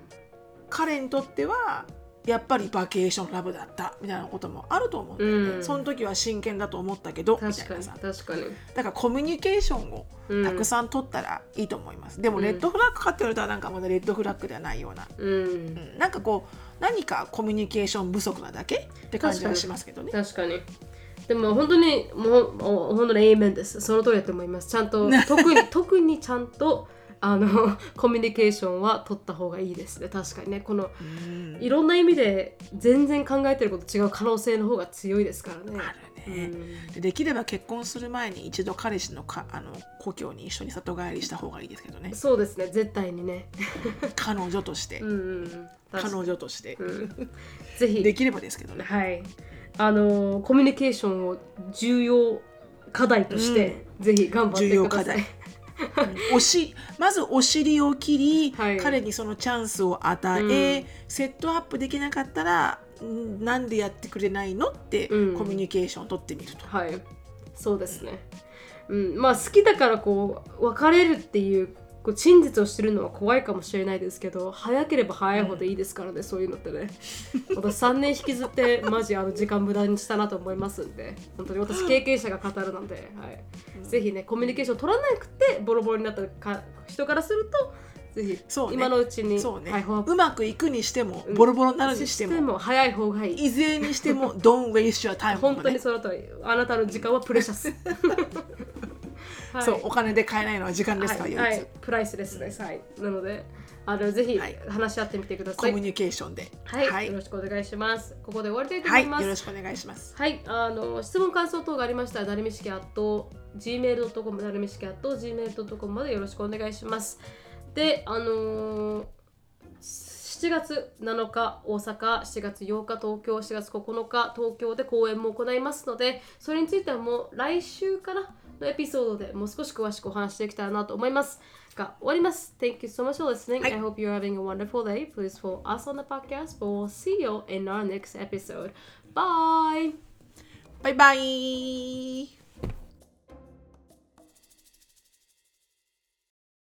Speaker 2: 彼にとってはやっぱりバケーションラブだったみたいなこともあると思うんだよね、
Speaker 1: うん
Speaker 2: その時は真剣だと思ったけどみた
Speaker 1: 確
Speaker 2: い
Speaker 1: か
Speaker 2: な
Speaker 1: に
Speaker 2: さ
Speaker 1: 確かに、
Speaker 2: だからコミュニケーションを
Speaker 1: うん、
Speaker 2: たくさん取ったらいいと思います、でも
Speaker 1: うん
Speaker 2: レッドフラッグかって言われたらなんかまだレッドフラッグではないような、
Speaker 1: ん、うん
Speaker 2: う、んなんかこう何かコミュニケーション不足なだけって感じはしますけどね
Speaker 1: 確かにでも本当にもうお本当にエイメンですその通りだと思いますちゃ んと特に特にちゃんとあのコミュニケーションは取った方がいいですね確かにねこの
Speaker 2: うん
Speaker 1: いろんな意味で全然考えてること違う可能性の方が強いですからね
Speaker 2: あるね、
Speaker 1: うん
Speaker 2: でできれば結婚する前に一度彼氏のかあの故郷に一緒に里帰りした方がいいですけどね
Speaker 1: そうですね絶対にね
Speaker 2: 彼女として、
Speaker 1: うんうんうん確か
Speaker 2: 彼
Speaker 1: に
Speaker 2: 女として、
Speaker 1: うんぜひ
Speaker 2: できればですけどね
Speaker 1: はい、あのコミュニケーションを重要課題として、ぜひ頑張ってください。
Speaker 2: 重要課題おしまずお尻を切り、
Speaker 1: はい
Speaker 2: 彼にそのチャンスを与え、セットアップできなかったらんなんでやってくれないのって、
Speaker 1: うん
Speaker 2: コミュニケーションを取ってみると。
Speaker 1: はい、そうですね。うん、まあ好きだからこう別れるっていうこう真実を知るのは怖いかもしれないですけど、早ければ早いほどいいですからね、そういうのってね。私3年引きずってマジあの時間無駄にしたなと思いますんで、本当に私経験者が語るので、はい、ぜひねコミュニケーション取らなくてボロボロになったか人からすると、ぜひ
Speaker 2: そうね
Speaker 1: 今のうちに、
Speaker 2: そうね、
Speaker 1: はい、フォア
Speaker 2: うまくいくにしても
Speaker 1: うん
Speaker 2: ボロボロになるにして
Speaker 1: システ
Speaker 2: も、
Speaker 1: ム早い方がいい。
Speaker 2: いずれにし ても Don't waste your time
Speaker 1: 本当に
Speaker 2: とか
Speaker 1: その通り。あなたの時間はプレシャ ス。は
Speaker 2: ね
Speaker 1: い
Speaker 2: そうお金で買えないのは時間ですから、
Speaker 1: はい、
Speaker 2: 唯一
Speaker 1: はい、プライスレスです。はい、なので、あのぜひ
Speaker 2: はい
Speaker 1: 話し合ってみてくだ
Speaker 2: コ
Speaker 1: さい。
Speaker 2: ミュ
Speaker 1: はい、
Speaker 2: ニケーションで。は
Speaker 1: よ
Speaker 2: い
Speaker 1: ろしくお願いします。ここで終わりたいと
Speaker 2: は
Speaker 1: 思
Speaker 2: い
Speaker 1: います。
Speaker 2: よろしくお願いします。
Speaker 1: はい、あの質問感想等がありましたら、だるみしきあと gmail.com、だるみしきあと gmail.com までよろしくお願いします。で、あのー7月7日大阪、7月8日東京、7月9日東京で公演も行いますので、それについてはもう来週からのエピソードでもう少し詳しくお話しできたらなと思います。が終わります。Thank you so much for listening.
Speaker 2: はい
Speaker 1: I hope you're having a wonderful day. Please follow us on the podcast, but we'll see you in our next episode. Bye!
Speaker 2: バイバイ。